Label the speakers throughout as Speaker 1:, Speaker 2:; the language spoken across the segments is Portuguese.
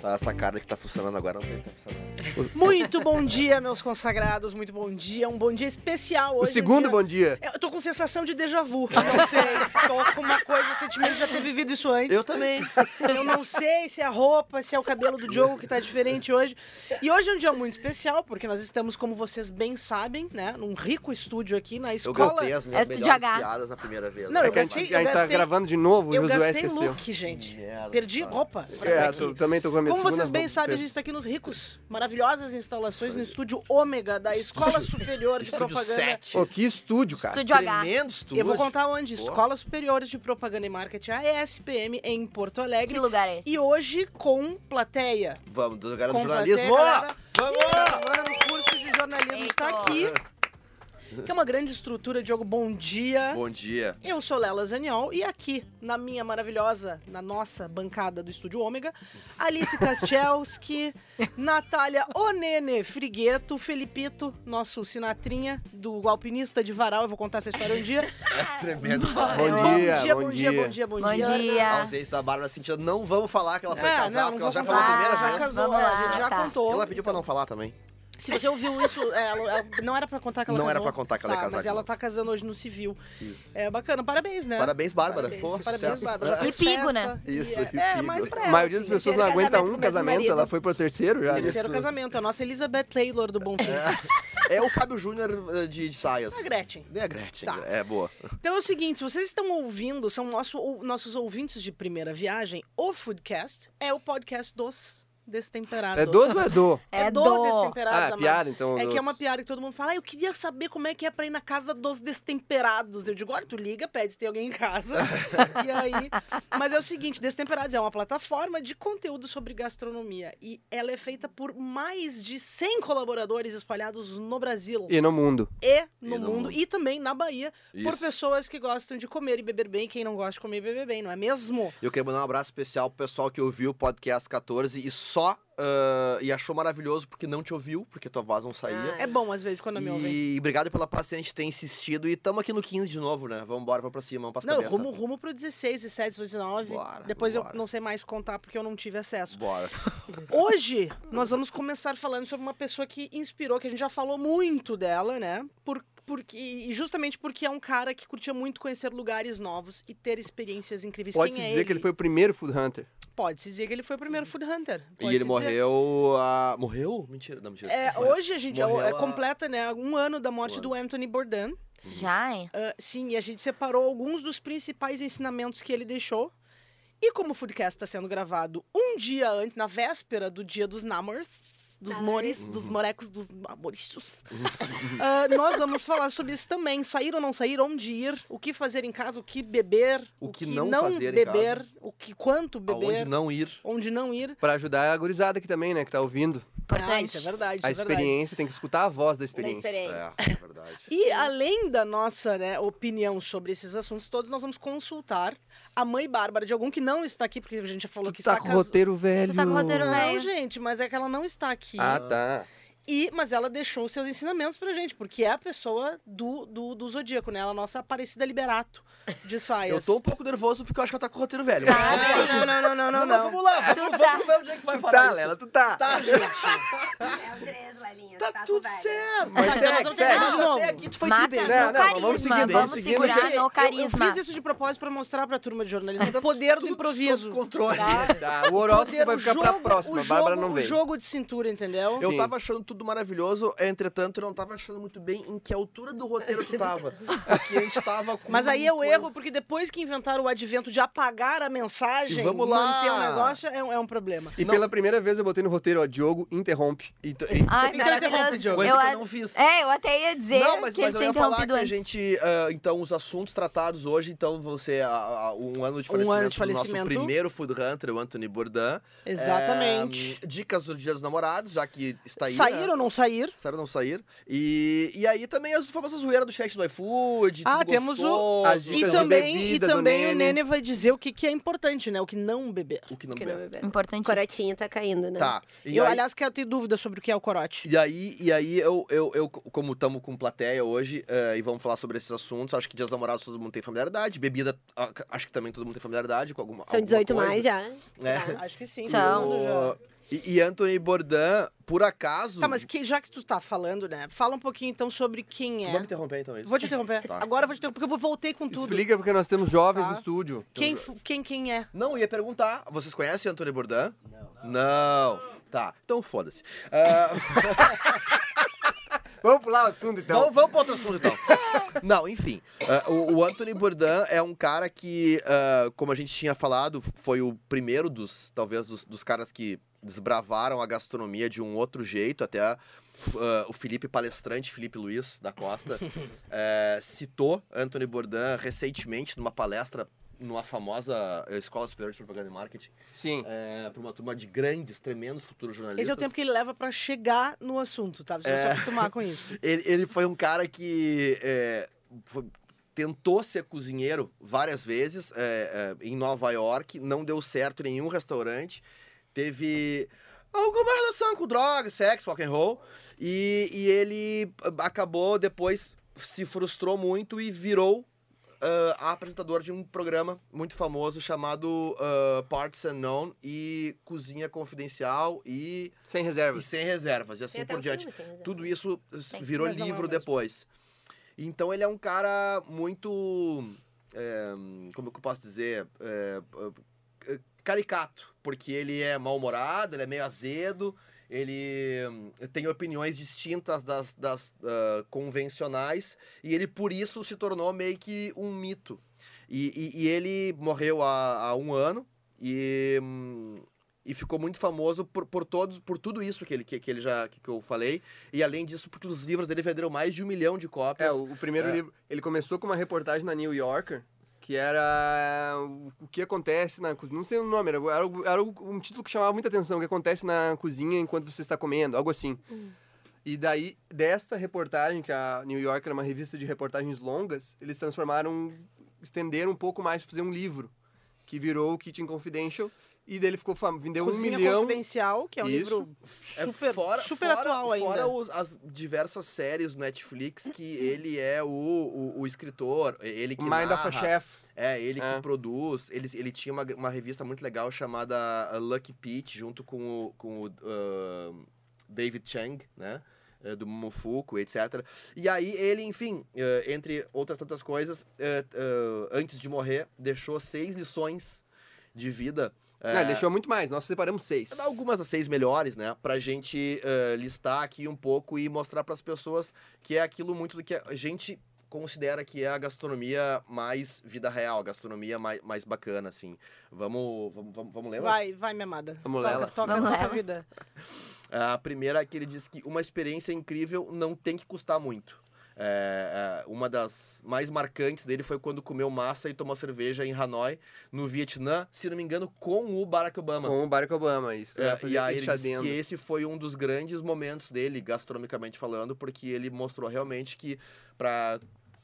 Speaker 1: Tá, essa cara que tá funcionando agora, não sei se tá funcionando.
Speaker 2: Muito bom dia, meus consagrados. Muito bom dia. Um bom dia especial hoje.
Speaker 3: O
Speaker 2: um
Speaker 3: segundo
Speaker 2: dia-
Speaker 3: bom dia.
Speaker 2: Eu tô com sensação de déjà vu. Eu não sei. tô com uma coisa, um sentimento de já ter vivido isso antes.
Speaker 1: Eu também.
Speaker 2: Eu não sei se é a roupa, se é o cabelo do Diogo que tá diferente hoje. E hoje é um dia muito especial, porque nós estamos, como vocês bem sabem, né, num rico estúdio aqui na
Speaker 1: Eu
Speaker 2: escola.
Speaker 1: gastei as minhas
Speaker 4: É
Speaker 1: melhores
Speaker 4: de H.
Speaker 1: piadas na primeira vez.
Speaker 2: Não,
Speaker 1: né?
Speaker 3: É que a gente,
Speaker 2: gastei-
Speaker 3: a
Speaker 2: eu
Speaker 3: gente tá
Speaker 2: gastei-
Speaker 3: gastei, gravando de novo, o
Speaker 2: Eu
Speaker 3: Josué
Speaker 2: gastei
Speaker 3: esqueceu.
Speaker 2: look, gente.
Speaker 1: Merda,
Speaker 2: Perdi
Speaker 1: cara.
Speaker 2: roupa. pra
Speaker 3: É,
Speaker 2: tá
Speaker 3: tô-
Speaker 2: aqui.
Speaker 3: também tô com a minha
Speaker 2: Como
Speaker 3: segunda
Speaker 2: vocês bem
Speaker 3: roupa.
Speaker 2: sabem, a gente está aqui nos ricos, maravilhosas instalações no estúdio Ômega da Escola Superior de
Speaker 1: Estúdio
Speaker 2: Propaganda.
Speaker 1: 7.
Speaker 3: Pô, que estúdio, cara.
Speaker 4: Estúdio H.
Speaker 1: Tremendo estúdio.
Speaker 2: Eu vou contar onde.
Speaker 1: Boa.
Speaker 2: Escola Superior de Propaganda e Marketing, a ESPM, em Porto
Speaker 4: Que
Speaker 2: Alegre.
Speaker 4: lugar é esse?
Speaker 2: E hoje com plateia.
Speaker 1: Vamos, do galera do
Speaker 2: Com plateia,
Speaker 1: jornalismo.
Speaker 2: galera.
Speaker 1: Vamos!
Speaker 2: Agora no curso de jornalismo
Speaker 4: Eita.
Speaker 2: está aqui. Que é uma grande estrutura, Diogo. Bom dia.
Speaker 1: Bom dia.
Speaker 2: Eu sou Lela Zaniol e aqui na minha maravilhosa, na nossa bancada do Estúdio Ômega, Alice Kastelski, Natália Onene Frigueto, Felipito, nosso sinatrinha do alpinista de varal, eu vou contar essa história um dia.
Speaker 1: É Tremendo.
Speaker 3: Bom dia,
Speaker 2: bom,
Speaker 3: bom
Speaker 2: dia,
Speaker 3: dia.
Speaker 2: bom dia, bom dia.
Speaker 4: Bom dia.
Speaker 1: A ausência da Bárbara Cintia, não vamos falar que ela foi
Speaker 2: É,
Speaker 1: casada,
Speaker 2: não, não
Speaker 1: porque
Speaker 2: vou
Speaker 1: ela já
Speaker 2: contar.
Speaker 1: falou a primeira
Speaker 2: já
Speaker 4: Ah,
Speaker 1: vez.
Speaker 2: casou,
Speaker 4: vamos
Speaker 2: é, a
Speaker 4: lá,
Speaker 2: gente já
Speaker 4: tá.
Speaker 2: contou.
Speaker 1: Ela pediu pra não falar também.
Speaker 2: Se você ouviu isso, é, ela- ela- não era pra contar que ela
Speaker 1: Não era
Speaker 2: casou.
Speaker 1: pra contar que ela é
Speaker 2: Tá,
Speaker 1: casada
Speaker 2: Mas
Speaker 1: de
Speaker 2: ela
Speaker 1: novo.
Speaker 2: tá casando hoje no civil.
Speaker 1: Isso.
Speaker 2: É bacana, parabéns, né?
Speaker 1: Parabéns, Bárbara.
Speaker 3: um
Speaker 1: Pô,
Speaker 2: Parabéns,
Speaker 1: sucesso.
Speaker 2: Bárbara.
Speaker 4: E
Speaker 2: Faz
Speaker 4: pigo,
Speaker 2: festa,
Speaker 4: né?
Speaker 2: e
Speaker 1: Isso,
Speaker 2: é,
Speaker 1: e
Speaker 2: é,
Speaker 1: pigo.
Speaker 2: mais pra
Speaker 3: A
Speaker 2: ela.
Speaker 3: maioria das
Speaker 2: assim,
Speaker 3: pessoas
Speaker 2: terceiro
Speaker 3: não aguenta
Speaker 5: casamento
Speaker 3: um
Speaker 5: com meu
Speaker 3: casamento,
Speaker 5: marido.
Speaker 3: ela foi pro terceiro já.
Speaker 2: Terceiro
Speaker 3: isso.
Speaker 2: casamento, a nossa Elizabeth Taylor do Bom Fim.
Speaker 1: É o Fábio Júnior eh, de, de saias.
Speaker 2: A Gretchen.
Speaker 1: Nem a Gretchen.
Speaker 2: Tá.
Speaker 1: É boa.
Speaker 2: Então é o seguinte, se vocês estão ouvindo, são nosso- ou- nossos ouvintes de primeira viagem, o Foodcast é o podcast dos destemperados.
Speaker 3: É doce ou é do?
Speaker 2: É,
Speaker 4: É
Speaker 2: do,
Speaker 4: do.
Speaker 2: destemperados,
Speaker 3: Ah,
Speaker 2: amado.
Speaker 3: piada, então.
Speaker 2: É que é
Speaker 3: dos-
Speaker 2: uma piada que todo mundo fala, ah, eu queria saber como é que é pra ir na casa dos destemperados. Eu digo, olha, tu liga, pede se tem alguém em casa. e aí... Mas é o seguinte, Destemperados é uma plataforma de conteúdo sobre gastronomia. E ela é feita por mais de 100 colaboradores espalhados no Brasil e,
Speaker 3: E no mundo.
Speaker 2: no,
Speaker 1: E no
Speaker 2: mundo,
Speaker 1: mundo.
Speaker 2: e também na Bahia, por
Speaker 1: Isso.
Speaker 2: pessoas que gostam de comer e beber bem. Quem não gosta de comer e beber bem, não é mesmo?
Speaker 1: Eu queria mandar um abraço especial pro pessoal que ouviu o podcast 14 e só. ah, e achou maravilhoso porque não te ouviu, porque tua voz não saía.
Speaker 4: Ah,
Speaker 2: É bom às vezes quando me ouvem.
Speaker 1: E obrigado pela paciência de ter insistido. E tamo aqui no 15 de novo, né? Vamos embora, vamos pra cima, vamos pra
Speaker 2: Não,
Speaker 1: cabeça.
Speaker 2: rumo, rumo pro 16, 17, 19.
Speaker 1: Bora,
Speaker 2: Depois eu
Speaker 1: bora.
Speaker 2: não sei mais contar porque eu não tive acesso.
Speaker 1: Bora.
Speaker 2: Hoje nós vamos começar falando sobre uma pessoa que inspirou, que a gente já falou muito dela, né? Por, porque, e justamente porque é um cara que curtia muito conhecer lugares novos e ter experiências incríveis.
Speaker 3: Pode-se
Speaker 2: Quem é
Speaker 3: dizer que ele foi o primeiro Food Hunter.
Speaker 2: Pode se dizer que ele foi o primeiro food hunter.
Speaker 1: E
Speaker 2: Pode-se
Speaker 1: ele
Speaker 2: dizer.
Speaker 1: morreu. ah, Morreu? Mentira, não, mentira.
Speaker 2: É, hoje a gente é-
Speaker 1: Morreu
Speaker 2: é,
Speaker 1: há-
Speaker 2: completa, né? Um ano da morte
Speaker 1: Um
Speaker 2: do Anthony Bourdain.
Speaker 4: Já, hein?
Speaker 2: Ah, sim, e a gente separou alguns dos principais ensinamentos que ele deixou. E como o Foodcast está sendo gravado um dia antes, na véspera do dia dos namors, dos mores,
Speaker 1: Uhum.
Speaker 2: dos morecos, dos amorichos, ah, nós vamos falar sobre isso também. Sair ou não sair, onde ir, o que fazer em casa, o que beber,
Speaker 1: O que não fazer em
Speaker 2: beber, o que quanto beber,
Speaker 1: Aonde
Speaker 2: onde não,
Speaker 1: não ir.
Speaker 2: ir.
Speaker 3: Pra ajudar a gurizada aqui também, né? Que tá ouvindo.
Speaker 2: Ah, isso é
Speaker 4: Importante.
Speaker 2: verdade, isso
Speaker 3: a
Speaker 2: é verdade.
Speaker 3: experiência, tem que escutar a voz da
Speaker 5: Da
Speaker 3: experiência.
Speaker 5: experiência.
Speaker 1: É, é verdade.
Speaker 2: E além da nossa né, opinião sobre esses assuntos todos, nós vamos consultar a mãe Bárbara de algum que não está aqui, porque a gente já falou que
Speaker 3: Tu tá
Speaker 2: está
Speaker 3: com
Speaker 2: casado.
Speaker 3: roteiro velho.
Speaker 4: Tu tá com roteiro
Speaker 2: Não,
Speaker 4: velho.
Speaker 2: gente, mas é que ela não está aqui.
Speaker 3: Ah, tá.
Speaker 2: E, mas ela deixou seus ensinamentos pra gente, porque é a pessoa do, do, do Zodíaco, né? Ela é a nossa Aparecida Liberato de
Speaker 1: Eu
Speaker 2: saias.
Speaker 1: tô um pouco nervoso porque eu acho que ela tá com o roteiro velho.
Speaker 4: Tá, sim.
Speaker 2: Não, não, não, não, Ah, não.
Speaker 1: mas
Speaker 2: não.
Speaker 1: vamos lá, vamos,
Speaker 4: Tu
Speaker 1: vamos ver onde é que vai
Speaker 3: Tu
Speaker 1: parar
Speaker 3: tá,
Speaker 1: isso.
Speaker 3: Lela, tu tá.
Speaker 1: Tá, gente,
Speaker 5: É o três, Lelinha.
Speaker 1: tá
Speaker 5: tá
Speaker 1: tudo
Speaker 5: com velho.
Speaker 1: certo.
Speaker 3: Mas
Speaker 2: Tá,
Speaker 3: segue,
Speaker 2: mas vamos
Speaker 3: segue.
Speaker 2: terminar
Speaker 1: Mas
Speaker 2: de novo.
Speaker 1: até aqui tu foi
Speaker 4: Mata
Speaker 1: tudo bem,
Speaker 4: no
Speaker 1: né?
Speaker 3: Não, não,
Speaker 4: carisma.
Speaker 3: mas vamos
Speaker 4: Vamos,
Speaker 3: seguir bem, vamos seguir.
Speaker 4: segurar
Speaker 2: Gente, eu-
Speaker 4: no carisma.
Speaker 2: Eu, fiz isso de propósito pra mostrar pra turma de jornalismo o poder do
Speaker 1: Tudo
Speaker 2: improviso.
Speaker 1: sob controle.
Speaker 2: Tá?
Speaker 3: Tá, o horóscopo
Speaker 2: Poder-
Speaker 3: vai
Speaker 2: o
Speaker 3: ficar pra
Speaker 2: jogo-
Speaker 3: próxima.
Speaker 2: o
Speaker 3: A Bárbara
Speaker 2: jogo-
Speaker 3: não
Speaker 2: O
Speaker 3: veio.
Speaker 2: jogo de cintura, entendeu?
Speaker 1: Eu
Speaker 3: Sim.
Speaker 1: tava achando tudo maravilhoso, entretanto, eu não tava achando muito bem em que altura do roteiro tu tava. Porque a gente tava com.
Speaker 2: É Mas aí eu
Speaker 1: com-
Speaker 2: erro, porque depois que inventaram o advento de apagar a mensagem,
Speaker 1: E vamos lá.
Speaker 2: manter o negócio é, um- é um problema.
Speaker 3: E pela primeira vez eu botei no roteiro, ó, Diogo, interrompe.
Speaker 1: Então, e-
Speaker 4: Ai,
Speaker 2: Então interrompe,
Speaker 4: maravilhoso.
Speaker 2: Diogo.
Speaker 1: coisa
Speaker 4: Eu
Speaker 1: que
Speaker 4: a-
Speaker 1: eu não fiz.
Speaker 4: É, eu até ia dizer
Speaker 1: Não, mas,
Speaker 4: que
Speaker 1: mas
Speaker 4: ele
Speaker 1: eu
Speaker 4: tinha
Speaker 1: ia falar que
Speaker 4: interrompido
Speaker 1: a
Speaker 4: antes.
Speaker 1: gente. ah, então, os assuntos tratados hoje, então, vão ser ah, ah, um ano de
Speaker 2: Um ano
Speaker 1: falecimento,
Speaker 2: de
Speaker 1: do
Speaker 2: falecimento.
Speaker 1: nosso primeiro food hunter, o Anthony Bourdain. Eh,
Speaker 2: Exatamente.
Speaker 1: É, hum, dicas do Dia dos Namorados, já que está aí.
Speaker 2: Saiu, sair ou não sair.
Speaker 1: Sério não sair. E, e aí também as famosas zoeiras do chat do iFood.
Speaker 2: Ah,
Speaker 1: tudo
Speaker 2: temos o-
Speaker 1: gostoso,
Speaker 3: As
Speaker 2: E
Speaker 3: dicas de
Speaker 2: também, e
Speaker 3: bebida do
Speaker 2: também o
Speaker 3: Nene.
Speaker 2: Nene vai dizer o que, que é importante, né? O que não beber.
Speaker 1: O que não
Speaker 5: Que
Speaker 1: bebe.
Speaker 5: não
Speaker 6: Um
Speaker 5: bebe. O
Speaker 4: Importante.
Speaker 5: corotinho tá caindo, né?
Speaker 1: Tá. E
Speaker 2: eu,
Speaker 1: aí,
Speaker 2: aliás, quero ter dúvida sobre o que é o corote.
Speaker 1: e aí, e aí eu, eu, eu, como estamos com plateia hoje eh, e vamos falar sobre esses assuntos, acho que dias namorados todo mundo tem familiaridade, bebida, ah, acho que também todo mundo tem familiaridade com alguma
Speaker 5: São
Speaker 1: alguma
Speaker 5: 18
Speaker 1: coisa,
Speaker 5: mais já.
Speaker 6: Tá.
Speaker 1: Né?
Speaker 2: Ah, Acho que sim.
Speaker 4: São.
Speaker 2: todo mundo já.
Speaker 1: E, e Anthony Bourdain, por acaso...
Speaker 2: Tá, mas que, já que tu tá falando, né? Fala um pouquinho então sobre quem
Speaker 1: Vamos
Speaker 2: é.
Speaker 1: interromper então isso.
Speaker 2: Vou te interromper.
Speaker 1: Tá.
Speaker 2: Agora eu vou te interromper, porque eu voltei com tudo.
Speaker 3: Explica porque nós temos jovens
Speaker 2: Tá.
Speaker 3: no estúdio.
Speaker 1: então,
Speaker 3: Então,
Speaker 2: Quem, fu- quem, quem é?
Speaker 1: Não, eu ia perguntar. Vocês conhecem Antônio Bourdain? Não. Não. Tá, então foda-se. Ah,
Speaker 3: Vamos pular o assunto então.
Speaker 1: vamos, vamos para outro assunto então. Não, enfim. ah, o, o Anthony Bourdain é um cara que, ah, como a gente tinha falado, foi o primeiro dos, talvez, dos, dos caras que desbravaram a gastronomia de um outro jeito. Até ah, o Felipe Palestrante, Felipe Luiz da Costa, eh, citou Anthony Bourdain recentemente numa palestra numa famosa eh, Escola Superior de Propaganda e Marketing.
Speaker 3: Sim.
Speaker 1: é, para uma turma de grandes, tremendos futuros jornalistas.
Speaker 2: Esse é o tempo que ele leva pra chegar no assunto, tá? Precisa se acostumar com isso.
Speaker 1: ele, ele foi um cara que é, foi- tentou ser cozinheiro várias vezes é, é, em Nova York, não deu certo em nenhum restaurante. Teve alguma relação com droga, sexo, rock and roll. E, e ele ah, acabou depois se frustrou muito e virou ah, apresentador de um programa muito famoso chamado ah, Parts Unknown e Cozinha Confidencial e,
Speaker 3: Sem
Speaker 1: e
Speaker 3: reservas.
Speaker 1: Sem Reservas e
Speaker 5: Tem
Speaker 1: assim
Speaker 5: até
Speaker 1: por
Speaker 5: um
Speaker 1: diante.
Speaker 5: filme, sim, mas é.
Speaker 1: Tudo isso s-
Speaker 4: Tem.
Speaker 1: virou
Speaker 2: Mas não é
Speaker 1: livro
Speaker 2: mesmo.
Speaker 1: depois. Então ele é um cara muito. é, como que eu posso dizer? É, é, caricato. Porque ele é mal-humorado, ele é meio azedo, ele hum, tem opiniões distintas das, das ah, convencionais e ele, por isso, se tornou meio que um mito. E, e- e ele morreu há, há um ano e. hum, e ficou muito famoso por, por todos por tudo isso que ele que, que ele já que, que eu falei e além disso porque os livros dele venderam mais de um milhão de
Speaker 3: É,
Speaker 1: cópias
Speaker 3: o, o primeiro
Speaker 1: É.
Speaker 3: livro. Ele começou com uma reportagem na New Yorker, que era o, o que acontece na cozinha. Não sei o nome, era, era, o- era o- um título que chamava muita atenção, o que acontece na cozinha enquanto você está comendo, algo assim. E daí, desta reportagem, que a New Yorker era uma revista de reportagens longas, eles transformaram, estenderam um pouco mais pra fazer um livro, que virou o Kitchen Confidential. E daí ele ficou fam... vendeu
Speaker 2: Cozinha
Speaker 3: um milhão.
Speaker 2: Confidencial, que é um
Speaker 3: Isso.
Speaker 2: livro
Speaker 1: É
Speaker 2: super, super
Speaker 1: fora,
Speaker 2: atual ainda.
Speaker 1: fora os- as diversas séries do Netflix que ele é o, o, o escritor ele que
Speaker 3: Mind of
Speaker 1: narra,
Speaker 3: a Chef.
Speaker 1: é ele
Speaker 3: É.
Speaker 1: que produz ele, ele tinha uma, uma revista muito legal chamada uh, Lucky Peach junto com o, com o uh, David Chang né eh, do Momofuku, etc. E aí ele, enfim, eh, entre outras tantas coisas, eh, eh, antes de morrer, deixou seis lições de vida.
Speaker 3: Não,
Speaker 1: eh,
Speaker 3: É, ele deixou muito mais, nós separamos seis.
Speaker 1: Vou dar algumas das seis melhores, né? Pra gente eh, listar aqui um pouco e mostrar pras pessoas que é aquilo muito do que a gente considera que é a gastronomia mais vida real, a gastronomia mais, mais bacana, assim. Vamos, vamos, vamos, vamos ler?
Speaker 2: Vai, vai, minha amada.
Speaker 3: Vamos
Speaker 2: toca,
Speaker 3: nelas.
Speaker 2: toca
Speaker 4: Vamos
Speaker 2: toca a
Speaker 4: nelas.
Speaker 2: vida.
Speaker 1: A primeira é que ele diz que uma experiência incrível não tem que custar muito. É, é, uma das mais marcantes dele foi quando comeu massa e tomou cerveja em Hanoi, no Vietnã, se não me engano, com o Barack Obama.
Speaker 3: Com o Barack Obama, isso. que eu ia
Speaker 1: É,
Speaker 3: fazer
Speaker 1: e aí ele
Speaker 3: esse
Speaker 1: disse
Speaker 3: adendo.
Speaker 1: que esse foi um dos grandes momentos dele, gastronomicamente falando, porque ele mostrou realmente que para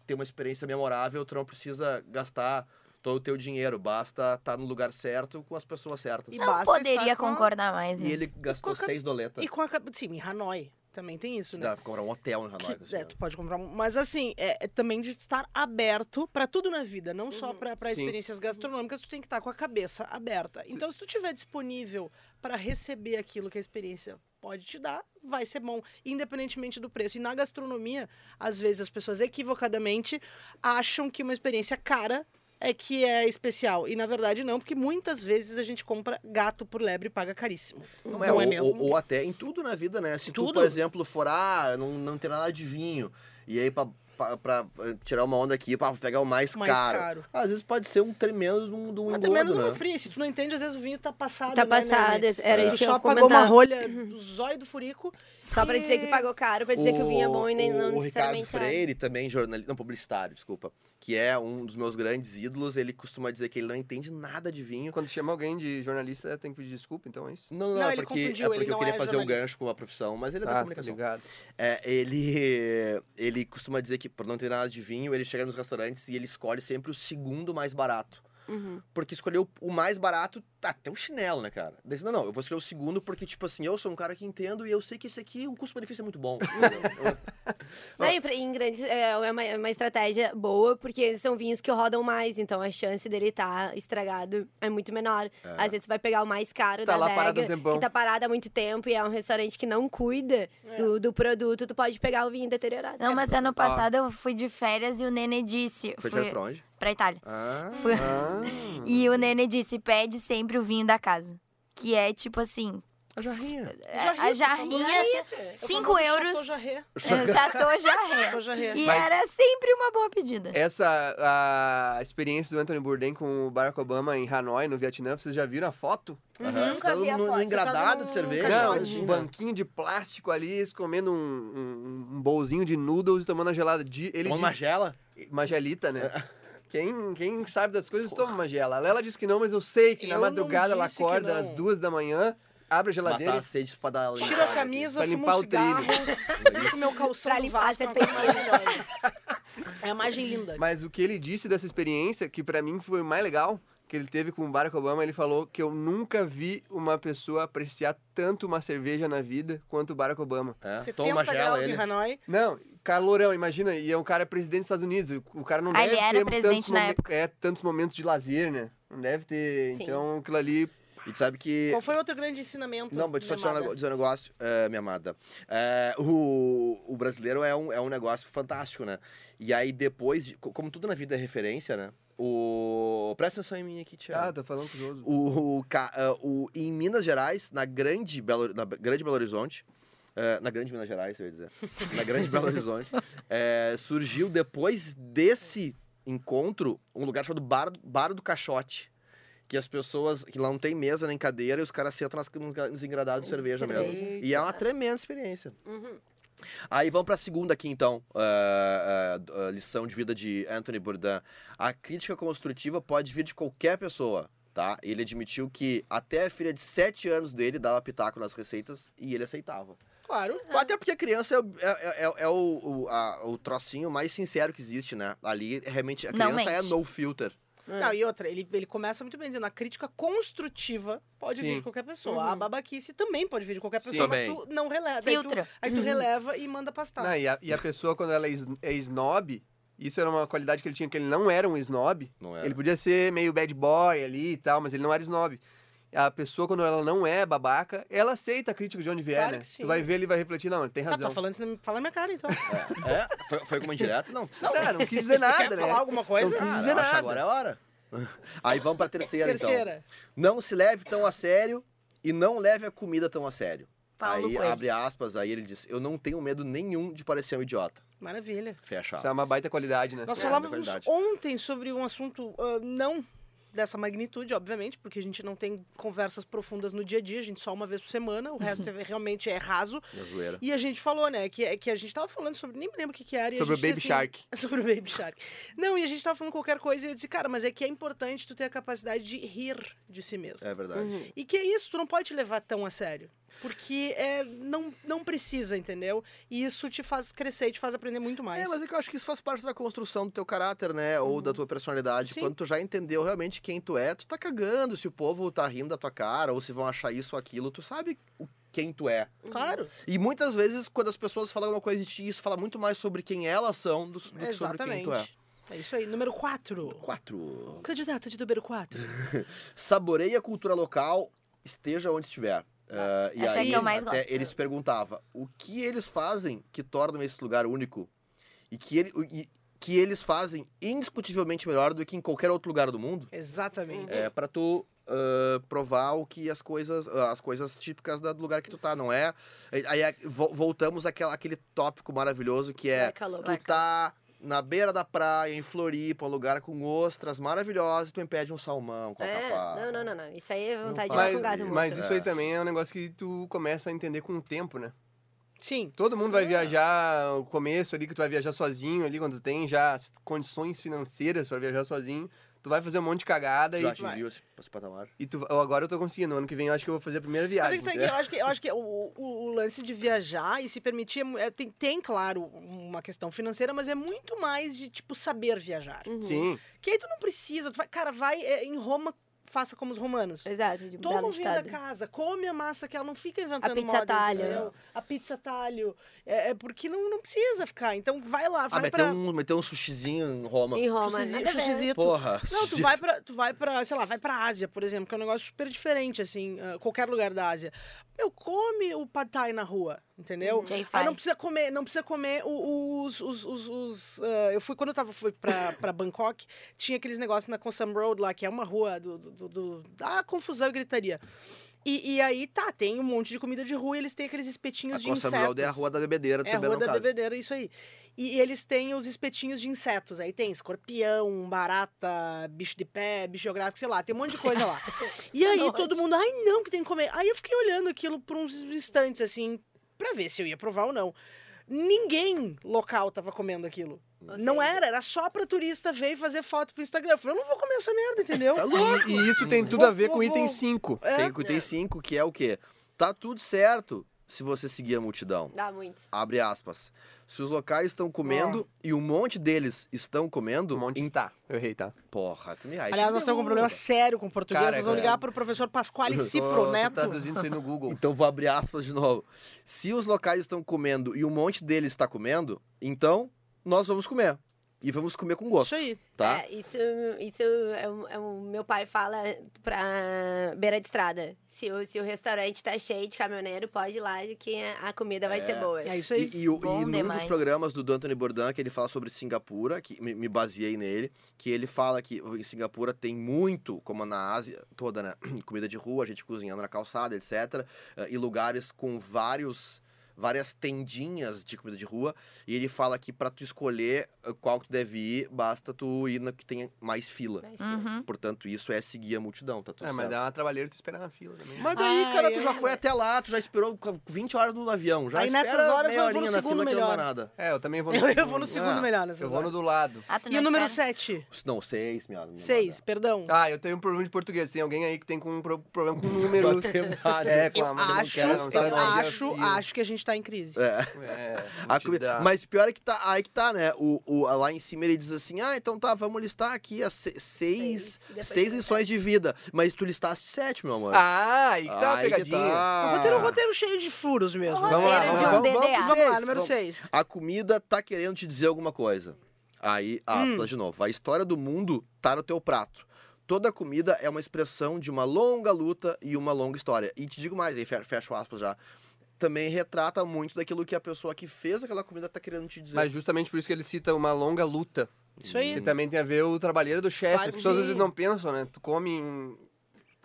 Speaker 1: ter uma experiência memorável, tu não precisa gastar todo o teu dinheiro, basta estar no lugar certo com as pessoas certas.
Speaker 2: E
Speaker 1: E,
Speaker 2: ba-
Speaker 4: Não
Speaker 2: Basta
Speaker 4: poderia
Speaker 2: estar com a-
Speaker 4: concordar mais, né?
Speaker 1: ele gastou
Speaker 2: Coca-
Speaker 1: seis doletas.
Speaker 2: E com a... cap- Sim, em Hanoi também tem isso, né?
Speaker 1: Dá pra comprar um hotel em Hanoi. com
Speaker 2: Que,
Speaker 1: esse
Speaker 2: é,
Speaker 1: dinheiro.
Speaker 2: tu pode comprar um. Mas assim, é, é também de estar aberto pra tudo na vida, não só
Speaker 5: Uhum.
Speaker 2: pra pra
Speaker 3: Sim.
Speaker 2: experiências gastronômicas, tu tem que estar com a cabeça aberta. Então, se tu tiver disponível pra receber aquilo que a experiência pode te dar, vai ser bom, independentemente do preço. E na gastronomia, às vezes as pessoas equivocadamente acham que uma experiência cara é que é especial. E na verdade não, porque muitas vezes a gente compra gato por lebre e paga caríssimo.
Speaker 1: Não é,
Speaker 2: Não
Speaker 1: ou,
Speaker 2: é mesmo?
Speaker 1: ou- ou até em tudo na vida, né? Se tu,
Speaker 2: Tudo.
Speaker 1: por exemplo, for, ah, não, não tem nada de vinho, e aí pra, pa- pra, eh, tirar uma onda aqui, pá, vou pegar o mais,
Speaker 2: mais
Speaker 1: caro.
Speaker 2: caro.
Speaker 1: Às vezes pode ser um tremendo de um, de um
Speaker 2: Mas
Speaker 1: engodo,
Speaker 2: tremendo
Speaker 1: né?
Speaker 2: não fria. Se tu não entende, às vezes o vinho tá passado.
Speaker 6: Tá
Speaker 2: né, Nene?
Speaker 6: passada, era
Speaker 1: É.
Speaker 6: isso
Speaker 2: Tu
Speaker 6: que eu
Speaker 2: só
Speaker 6: ia
Speaker 2: pagou uma
Speaker 6: comentar. Uhum.
Speaker 2: rolha do zóio do furico.
Speaker 6: Só pra dizer que pagou caro, pra dizer que o vinho é bom e nem não
Speaker 1: o Ricardo
Speaker 6: necessariamente é.
Speaker 1: Freire, também jornalista, não, publicitário, desculpa, que é um dos meus grandes ídolos, ele costuma dizer que ele não entende nada de vinho.
Speaker 3: Quando chama alguém de jornalista, tem que pedir desculpa, então é isso?
Speaker 1: Não, não,
Speaker 2: Não,
Speaker 1: é
Speaker 2: ele
Speaker 1: porque,
Speaker 2: confundiu,
Speaker 1: é
Speaker 2: ele
Speaker 1: porque eu
Speaker 2: não
Speaker 1: queria
Speaker 2: é
Speaker 1: fazer
Speaker 2: jornalista.
Speaker 1: um gancho com uma profissão, mas ele é da
Speaker 3: Tá, tá
Speaker 1: comunicação.
Speaker 3: ligado.
Speaker 1: É, ele, ele costuma dizer que, por não ter nada de vinho, ele chega nos restaurantes e ele escolhe sempre o segundo mais barato.
Speaker 6: Uhum.
Speaker 1: Porque escolher o, o mais barato, tá, tem um chinelo, né, cara? Daí, você, não, não, eu vou escolher o segundo porque, tipo assim, eu sou um cara que entendo e eu sei que esse aqui, o custo-benefício é muito bom. entendeu?
Speaker 6: Não, e pra- em grandes, é é uma, é uma estratégia boa, porque são vinhos que rodam mais, então a chance dele estar estragado é muito menor. Às vezes tu vai pegar o mais
Speaker 2: é
Speaker 6: caro
Speaker 3: Tá
Speaker 6: da
Speaker 3: lá
Speaker 6: adega,
Speaker 3: parado um tempão.
Speaker 6: que tá parado há muito tempo e é um restaurante que não cuida do, do produto, tu pode pegar o vinho deteriorado.
Speaker 1: é
Speaker 4: Não, mas ano passado eu fui de férias e o Nene disse.
Speaker 1: Foi
Speaker 4: fui
Speaker 1: férias pra onde?
Speaker 4: pra Itália.
Speaker 1: Ah,
Speaker 4: Fui-
Speaker 3: Ah,
Speaker 4: E o Nene disse: pede sempre o vinho da casa. Que é tipo assim.
Speaker 1: a jarrinha.
Speaker 4: a- A
Speaker 6: É
Speaker 2: né?
Speaker 4: jarrinha,
Speaker 6: Eu
Speaker 4: 5 euros.
Speaker 2: Jarré.
Speaker 4: é, Chateau Jarré.
Speaker 2: Chateau Jarré.
Speaker 4: é. E
Speaker 3: Mas-
Speaker 4: era sempre uma boa pedida.
Speaker 3: essa a experiência do Anthony Bourdain com o Barack Obama em Hanoi, no Vietnã, vocês já viram a foto?
Speaker 1: Aham.
Speaker 4: Uhum. Nunca
Speaker 1: Você tá
Speaker 4: vi a
Speaker 1: no- no
Speaker 4: foto, você tá
Speaker 1: engradado
Speaker 4: num
Speaker 1: de cerveja?
Speaker 3: Não,
Speaker 1: imagina.
Speaker 3: um banquinho de plástico ali, eles comendo um, um, um bolzinho de noodles e tomando a gelada. De, ele
Speaker 1: Uma
Speaker 3: diz-
Speaker 1: magela?
Speaker 3: Uma gelita, né?
Speaker 1: É.
Speaker 3: Quem, quem sabe das coisas toma uma gela. A Lela disse que não, mas eu sei que na
Speaker 2: Eu não
Speaker 3: madrugada ela
Speaker 2: disse que
Speaker 3: acorda
Speaker 2: não.
Speaker 3: às duas da manhã, abre a geladeira.
Speaker 1: Matar a sede pra dar limpada
Speaker 2: Tiro a
Speaker 1: aqui.
Speaker 2: camisa,
Speaker 3: Pra
Speaker 2: fumo
Speaker 3: limpar
Speaker 2: um
Speaker 3: o
Speaker 2: cigarro, limpo meu calção
Speaker 6: Pra
Speaker 2: do
Speaker 6: limpar a
Speaker 2: Vasco, é uma coisa maravilhosa. É a imagem linda.
Speaker 3: Mas o que ele disse dessa experiência, que pra mim foi o mais legal, que ele teve com o Barack Obama, ele falou que eu nunca vi uma pessoa apreciar tanto uma cerveja na vida quanto o Barack Obama.
Speaker 1: É,
Speaker 2: 70
Speaker 1: toma uma gela
Speaker 2: graus
Speaker 1: ele.
Speaker 2: em Hanoi.
Speaker 3: Não, calorão, imagina, e é um cara presidente dos Estados Unidos, o cara não
Speaker 4: Ah,
Speaker 3: deve
Speaker 4: ele era
Speaker 3: ter
Speaker 4: presidente
Speaker 3: tantos
Speaker 4: na
Speaker 3: momen-
Speaker 4: época.
Speaker 3: É, tantos momentos de lazer, né? Não deve ter,
Speaker 6: Sim.
Speaker 3: então aquilo ali...
Speaker 1: E tu sabe que
Speaker 2: Qual foi outro grande ensinamento? né?
Speaker 1: Não, mas só te
Speaker 2: minha
Speaker 1: dar um
Speaker 2: amada?
Speaker 1: nego- dizer um negócio, é, minha amada. É, o, o brasileiro é um, é um negócio fantástico, né? E aí depois, de- co- como tudo na vida é referência, né? O... Presta atenção em mim aqui,
Speaker 3: Ah,
Speaker 1: Thiago.
Speaker 3: tô falando com os outros.
Speaker 1: O, o, ca- ah, o- em Minas Gerais, na grande Belo, na grande Belo Horizonte, é, na grande Minas Gerais, eu ia dizer, na grande Belo Horizonte, é, surgiu depois desse encontro um lugar chamado Bar, Bar do Caixote. Que as pessoas, que lá não tem mesa nem cadeira, e os caras sentam nas, nos engradados de cerveja mesmo.
Speaker 6: cerveja.
Speaker 1: E é uma tremenda experiência.
Speaker 6: Uhum.
Speaker 1: Aí vamos pra segunda aqui, então. ah, ah, ah, lição de vida de Anthony Bourdain. A crítica construtiva pode vir de qualquer pessoa, tá? Ele admitiu que até a filha de 7 anos dele dava pitaco nas receitas e ele aceitava.
Speaker 2: Claro.
Speaker 1: Até porque a criança é, o- é- é- é o, o, a- o trocinho mais sincero que existe, né? Ali, realmente, a
Speaker 4: Não
Speaker 1: criança é
Speaker 4: mente.
Speaker 1: no filter.
Speaker 6: Hum.
Speaker 2: Não, e outra, ele, ele começa muito bem dizendo, a crítica construtiva pode vir
Speaker 3: Sim.
Speaker 2: de qualquer pessoa.
Speaker 6: Uhum.
Speaker 2: A babaquice também pode vir de qualquer
Speaker 3: Sim.
Speaker 2: pessoa, mas
Speaker 1: Também.
Speaker 2: tu não releva. Aí tu-
Speaker 4: Filtra.
Speaker 2: Aí tu, releva e manda pastar.
Speaker 3: Uhum. Não, e, a, e a pessoa, quando ela é, es- é snob, isso era uma qualidade que ele tinha, que ele não era um snob.
Speaker 1: Não é?
Speaker 3: Ele podia ser meio bad boy ali e tal, mas ele não era snob. A pessoa, quando ela não é babaca, ela aceita a crítica de onde vier,
Speaker 2: Claro
Speaker 3: né?
Speaker 2: que sim.
Speaker 3: Tu vai ver, ele vai refletir, não, ele tem
Speaker 2: tá,
Speaker 3: razão.
Speaker 2: tá falando isso, na- fala na minha cara, então.
Speaker 1: É? Foi, foi como indireta? Não.
Speaker 3: Não, não quis dizer
Speaker 2: Quer
Speaker 3: nada, né?
Speaker 2: falar alguma coisa?
Speaker 3: Não
Speaker 1: Cara,
Speaker 3: dizer
Speaker 1: acho
Speaker 3: nada.
Speaker 1: agora é a hora. Aí vamos pra terceira, então.
Speaker 2: Terceira.
Speaker 1: Não se leve tão a sério e não leve a comida tão a sério.
Speaker 4: Paulo
Speaker 1: aí
Speaker 4: Coelho.
Speaker 1: abre aspas, aí ele diz: Eu não tenho medo nenhum de parecer um idiota.
Speaker 2: Maravilha.
Speaker 1: Fecha
Speaker 3: Isso é
Speaker 1: aspas.
Speaker 3: uma baita qualidade, né?
Speaker 2: Nós
Speaker 1: É, na
Speaker 2: falávamos
Speaker 1: verdade.
Speaker 2: ontem sobre um assunto ah, não dessa magnitude, obviamente, porque a gente não tem conversas profundas no dia a dia, a gente só uma vez por
Speaker 3: Uhum.
Speaker 2: semana, o resto é- realmente é raso.
Speaker 1: É zoeira.
Speaker 2: E a gente falou, né, que, que a gente tava falando sobre, nem me lembro o que, que era. e a
Speaker 3: Sobre o
Speaker 2: gente
Speaker 3: Baby
Speaker 2: disse assim-
Speaker 3: Shark.
Speaker 2: Sobre o Baby Shark. Não, e a gente tava falando qualquer coisa e eu disse, cara, mas é que é importante tu ter a capacidade de rir de si mesmo.
Speaker 1: É verdade.
Speaker 6: Uhum.
Speaker 2: E que é isso, tu não pode te levar tão a sério. Porque é, não, não precisa, entendeu? E isso te faz crescer e te faz aprender muito mais.
Speaker 1: É, mas é que eu acho que isso faz parte da construção do teu caráter, né? Ou da tua personalidade.
Speaker 2: Sim.
Speaker 1: Quando tu já entendeu realmente quem tu é, tu tá cagando se o povo tá rindo da tua cara ou se vão achar isso ou aquilo. Tu sabe o- quem tu é.
Speaker 2: Claro.
Speaker 1: E muitas vezes, quando as pessoas falam alguma coisa de ti, isso fala muito mais sobre quem elas são do, do que sobre quem tu é.
Speaker 2: É isso aí. Número 4.
Speaker 1: Quatro.
Speaker 2: Candidata de número 4.
Speaker 1: Saboreie a cultura local, esteja onde estiver. Ah, e
Speaker 4: essa é
Speaker 1: aí,
Speaker 4: que eu mais
Speaker 1: até
Speaker 4: gosto.
Speaker 1: eles perguntavam o que eles fazem que tornam esse lugar único e que, ele, e- que eles fazem indiscutivelmente melhor do que em qualquer outro lugar do mundo.
Speaker 2: Exatamente.
Speaker 1: É para tu ah, provar o que as coisas, ah, as coisas típicas da- do lugar que tu tá, não é? Aí aí, vo- voltamos àquela, àquele tópico maravilhoso que é
Speaker 6: Vai, calou.
Speaker 1: tu tá na beira da praia, em Floripa, um lugar com ostras maravilhosas, e tu impede um salmão com a
Speaker 6: É,
Speaker 1: capa.
Speaker 6: não, não, não, não. Isso aí é vontade de
Speaker 1: faz
Speaker 6: ir
Speaker 1: isso.
Speaker 6: com gato morto.
Speaker 1: Mas-
Speaker 3: Mas isso aí também é um negócio que tu começa a entender com o tempo, né?
Speaker 2: Sim.
Speaker 3: Todo mundo vai viajar, o começo ali que tu vai viajar sozinho ali, quando tu tem já as condições financeiras pra viajar sozinho, tu vai fazer um monte de cagada
Speaker 1: Já
Speaker 3: e,
Speaker 1: atingiu esse, esse patamar.
Speaker 2: Ah,
Speaker 3: e tu, eu agora eu tô conseguindo, ano que vem eu acho que eu vou fazer a primeira
Speaker 2: Mas é
Speaker 3: viagem.
Speaker 2: que isso aí, que eu acho que, eu acho que o, o- o lance de viajar e se permitir, é mu- é, tem, tem, claro, uma questão financeira, mas é muito mais de, tipo, saber viajar.
Speaker 6: Uhum.
Speaker 3: Sim,
Speaker 2: Que aí tu não precisa, tu vai- cara, vai é, em Roma, faça como os romanos.
Speaker 6: Exato, de mudar
Speaker 2: Toma
Speaker 6: de
Speaker 2: o vinho da
Speaker 6: estado.
Speaker 2: casa, come a massa que ela não fica inventando
Speaker 6: A pizza
Speaker 2: moda,
Speaker 6: talho.
Speaker 2: entendeu? A pizza talho. É, é porque não, não precisa ficar. Então vai lá,
Speaker 1: Ah,
Speaker 2: vai
Speaker 1: meteu,
Speaker 2: pra...
Speaker 1: um, meteu um sushizinho em Roma.
Speaker 6: Em Roma, né?
Speaker 2: chuchizi-
Speaker 6: nada a ver.
Speaker 2: chuchizito.
Speaker 1: Porra.
Speaker 2: Não, tu
Speaker 1: sushi-
Speaker 2: vai, pra, tu vai pra, sei lá, vai pra Ásia, por exemplo, que é um negócio super diferente, assim, ah, qualquer lugar da Ásia. Meu, come o pad thai na rua, entendeu?
Speaker 4: J5.
Speaker 2: Aí não precisa comer, não precisa comer o- os. os, os, os, ah, eu fui, quando eu tava, fui pra, pra Bangkok, tinha aqueles negócios na Consum Road lá, que é uma rua do, do, do- do- da confusão e gritaria. E, e aí tá, tem um monte de comida de rua e eles têm aqueles espetinhos
Speaker 1: A
Speaker 2: de
Speaker 1: Costa
Speaker 2: insetos.
Speaker 1: Bralda é a rua da bebedeira do
Speaker 2: É a
Speaker 1: Saber,
Speaker 2: rua
Speaker 1: no
Speaker 2: da
Speaker 1: caso.
Speaker 2: bebedeira, isso aí. E eles têm os espetinhos de insetos. Aí tem escorpião, barata, bicho de pé, bicho geográfico, sei lá, tem um monte de coisa lá. E aí
Speaker 4: Nojo.
Speaker 2: todo mundo, ai não, que tem que comer. Aí eu fiquei olhando aquilo por uns instantes, assim, pra ver se eu ia provar ou não. Ninguém local tava comendo aquilo.
Speaker 6: Ou
Speaker 2: não
Speaker 6: seja,
Speaker 2: era, era só pra turista ver e fazer foto pro Instagram. Eu falei, eu não vou comer essa merda, entendeu?
Speaker 1: Tá louco?
Speaker 3: e, e isso tem tudo a ver com o item 5.
Speaker 2: É.
Speaker 1: Tem que tem cinco, que é o quê? Tá tudo certo se você seguir a multidão.
Speaker 6: Dá muito.
Speaker 1: Abre aspas. Se os locais estão comendo e um monte deles estão comendo,
Speaker 3: Um monte
Speaker 1: em-
Speaker 3: está. Eu errei, tá?
Speaker 1: porra, tu me aí tu
Speaker 2: Aliás,
Speaker 1: me
Speaker 2: nós estamos com um
Speaker 1: derruba.
Speaker 2: problema sério com o português.
Speaker 3: Cara,
Speaker 2: Vocês vão
Speaker 3: é. tá
Speaker 2: ligar pro professor Pasquale
Speaker 3: Tô-
Speaker 2: Cipro
Speaker 3: tô
Speaker 2: Neto.
Speaker 3: traduzindo isso aí no Google.
Speaker 1: Então vou abrir aspas de novo. Se os locais estão comendo e um monte deles está comendo, então nós vamos comer. E vamos comer com
Speaker 2: Isso
Speaker 1: gosto,
Speaker 2: aí.
Speaker 1: tá?
Speaker 6: É, isso isso é, um- é um- meu pai fala pra beira de estrada. Se o, se o restaurante tá cheio de caminhoneiro, pode ir lá que a comida vai
Speaker 1: É.
Speaker 6: ser boa.
Speaker 2: É isso aí.
Speaker 1: E, e, o-
Speaker 4: Bom
Speaker 1: e num dos
Speaker 4: demais.
Speaker 1: programas do Anthony Bourdain, que ele fala sobre Singapura, que me, me baseei nele, que ele fala que em Singapura tem muito, como na Ásia toda, né? Comida de rua, gente cozinhando na calçada, etc. eh, E lugares com vários várias tendinhas de comida de rua e ele fala que pra tu escolher eh, qual que tu deve ir basta tu ir na que tem mais fila
Speaker 6: Mas,
Speaker 4: Uhum.
Speaker 1: Portanto, isso é seguir a multidão, tá tudo
Speaker 3: É, mas
Speaker 1: certo.
Speaker 3: dá uma trabalheira tu esperar na fila também.
Speaker 1: Mas daí,
Speaker 2: Ah,
Speaker 1: cara, tu
Speaker 2: é.
Speaker 1: já foi até lá, tu já esperou 20 horas no avião, já
Speaker 2: Aí
Speaker 1: espera
Speaker 2: nessas horas
Speaker 1: meia
Speaker 2: eu vou no
Speaker 1: horinha na
Speaker 2: segundo
Speaker 1: fila que não dá
Speaker 2: melhor.
Speaker 1: nada.
Speaker 3: É, eu também vou no
Speaker 2: Eu, eu vou no segundo
Speaker 1: Ah,
Speaker 2: melhor nessa
Speaker 3: Eu vou no do lado.
Speaker 4: Ah, tu
Speaker 2: E
Speaker 4: não
Speaker 2: o número
Speaker 4: espera?
Speaker 2: 7?
Speaker 1: Não, seis, minha minha
Speaker 2: 6, perdão.
Speaker 3: Ah, eu tenho um problema de português. Tem alguém aí que tem com um pro- problema com
Speaker 1: nada.
Speaker 3: números.
Speaker 1: Matemática.
Speaker 3: É, com
Speaker 2: eu
Speaker 3: a mão que
Speaker 2: acho,
Speaker 1: quero,
Speaker 3: não
Speaker 1: tá
Speaker 2: eu
Speaker 3: sabe fazer a
Speaker 2: acho,
Speaker 3: fila.
Speaker 2: acho que a gente tá em crise.
Speaker 1: É.
Speaker 3: É,
Speaker 1: A
Speaker 3: vou te
Speaker 1: comi-
Speaker 3: dar.
Speaker 1: Mas o pior é que tá, aí que tá, né? O, o- lá em cima ele diz assim: ah, então tá, vamos listar aqui as se- seis,
Speaker 6: Seis, depois
Speaker 1: seis
Speaker 6: tu-
Speaker 1: lições de vida. Mas tu listaste sete, meu amor.
Speaker 3: Ah, aí que tá a
Speaker 1: Aí que
Speaker 3: pegadinha.
Speaker 1: tá.
Speaker 2: O roteiro é um roteiro cheio de furos mesmo.
Speaker 4: O
Speaker 3: Vamos lá,
Speaker 4: roteiro
Speaker 3: vamos
Speaker 4: de
Speaker 3: lá.
Speaker 4: um
Speaker 1: Vamos-
Speaker 4: DDA.
Speaker 1: vamos-
Speaker 2: Vamos lá,
Speaker 1: Seis,
Speaker 2: número
Speaker 1: vamos.
Speaker 2: 6.
Speaker 1: A comida tá querendo te dizer alguma coisa. Aí,
Speaker 6: Hum.
Speaker 1: aspas de novo. A história do mundo tá no teu prato. Toda comida é uma expressão de uma longa luta e uma longa história. E te digo mais, aí fe- fecho aspas já. Também retrata muito daquilo que a pessoa que fez aquela comida tá querendo te dizer.
Speaker 3: Mas justamente por isso que ele cita uma longa luta.
Speaker 2: Isso aí.
Speaker 3: Que também tem a ver o trabalheiro do chefe.
Speaker 2: Claro
Speaker 3: As pessoas
Speaker 2: que
Speaker 3: às vezes
Speaker 2: sim.
Speaker 3: não pensam, né? Tu come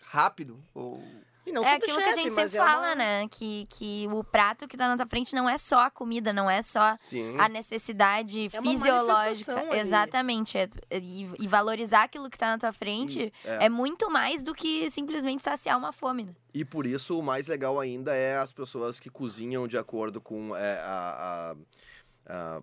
Speaker 3: rápido ou...
Speaker 2: E não sou
Speaker 4: É
Speaker 2: do
Speaker 4: aquilo que a
Speaker 2: chefe,
Speaker 4: gente
Speaker 2: mas
Speaker 4: sempre
Speaker 2: é uma-
Speaker 4: fala, né? Que, que o prato que tá na tua frente não é só a comida, não é só
Speaker 3: Sim.
Speaker 4: a necessidade
Speaker 2: É uma
Speaker 4: fisiológica.
Speaker 2: manifestação ali.
Speaker 4: Exatamente. é- e, e valorizar aquilo que tá na tua frente é. muito mais do que simplesmente saciar uma fome. né?
Speaker 1: E por isso o mais legal ainda é as pessoas que cozinham de acordo com é, a- a- a-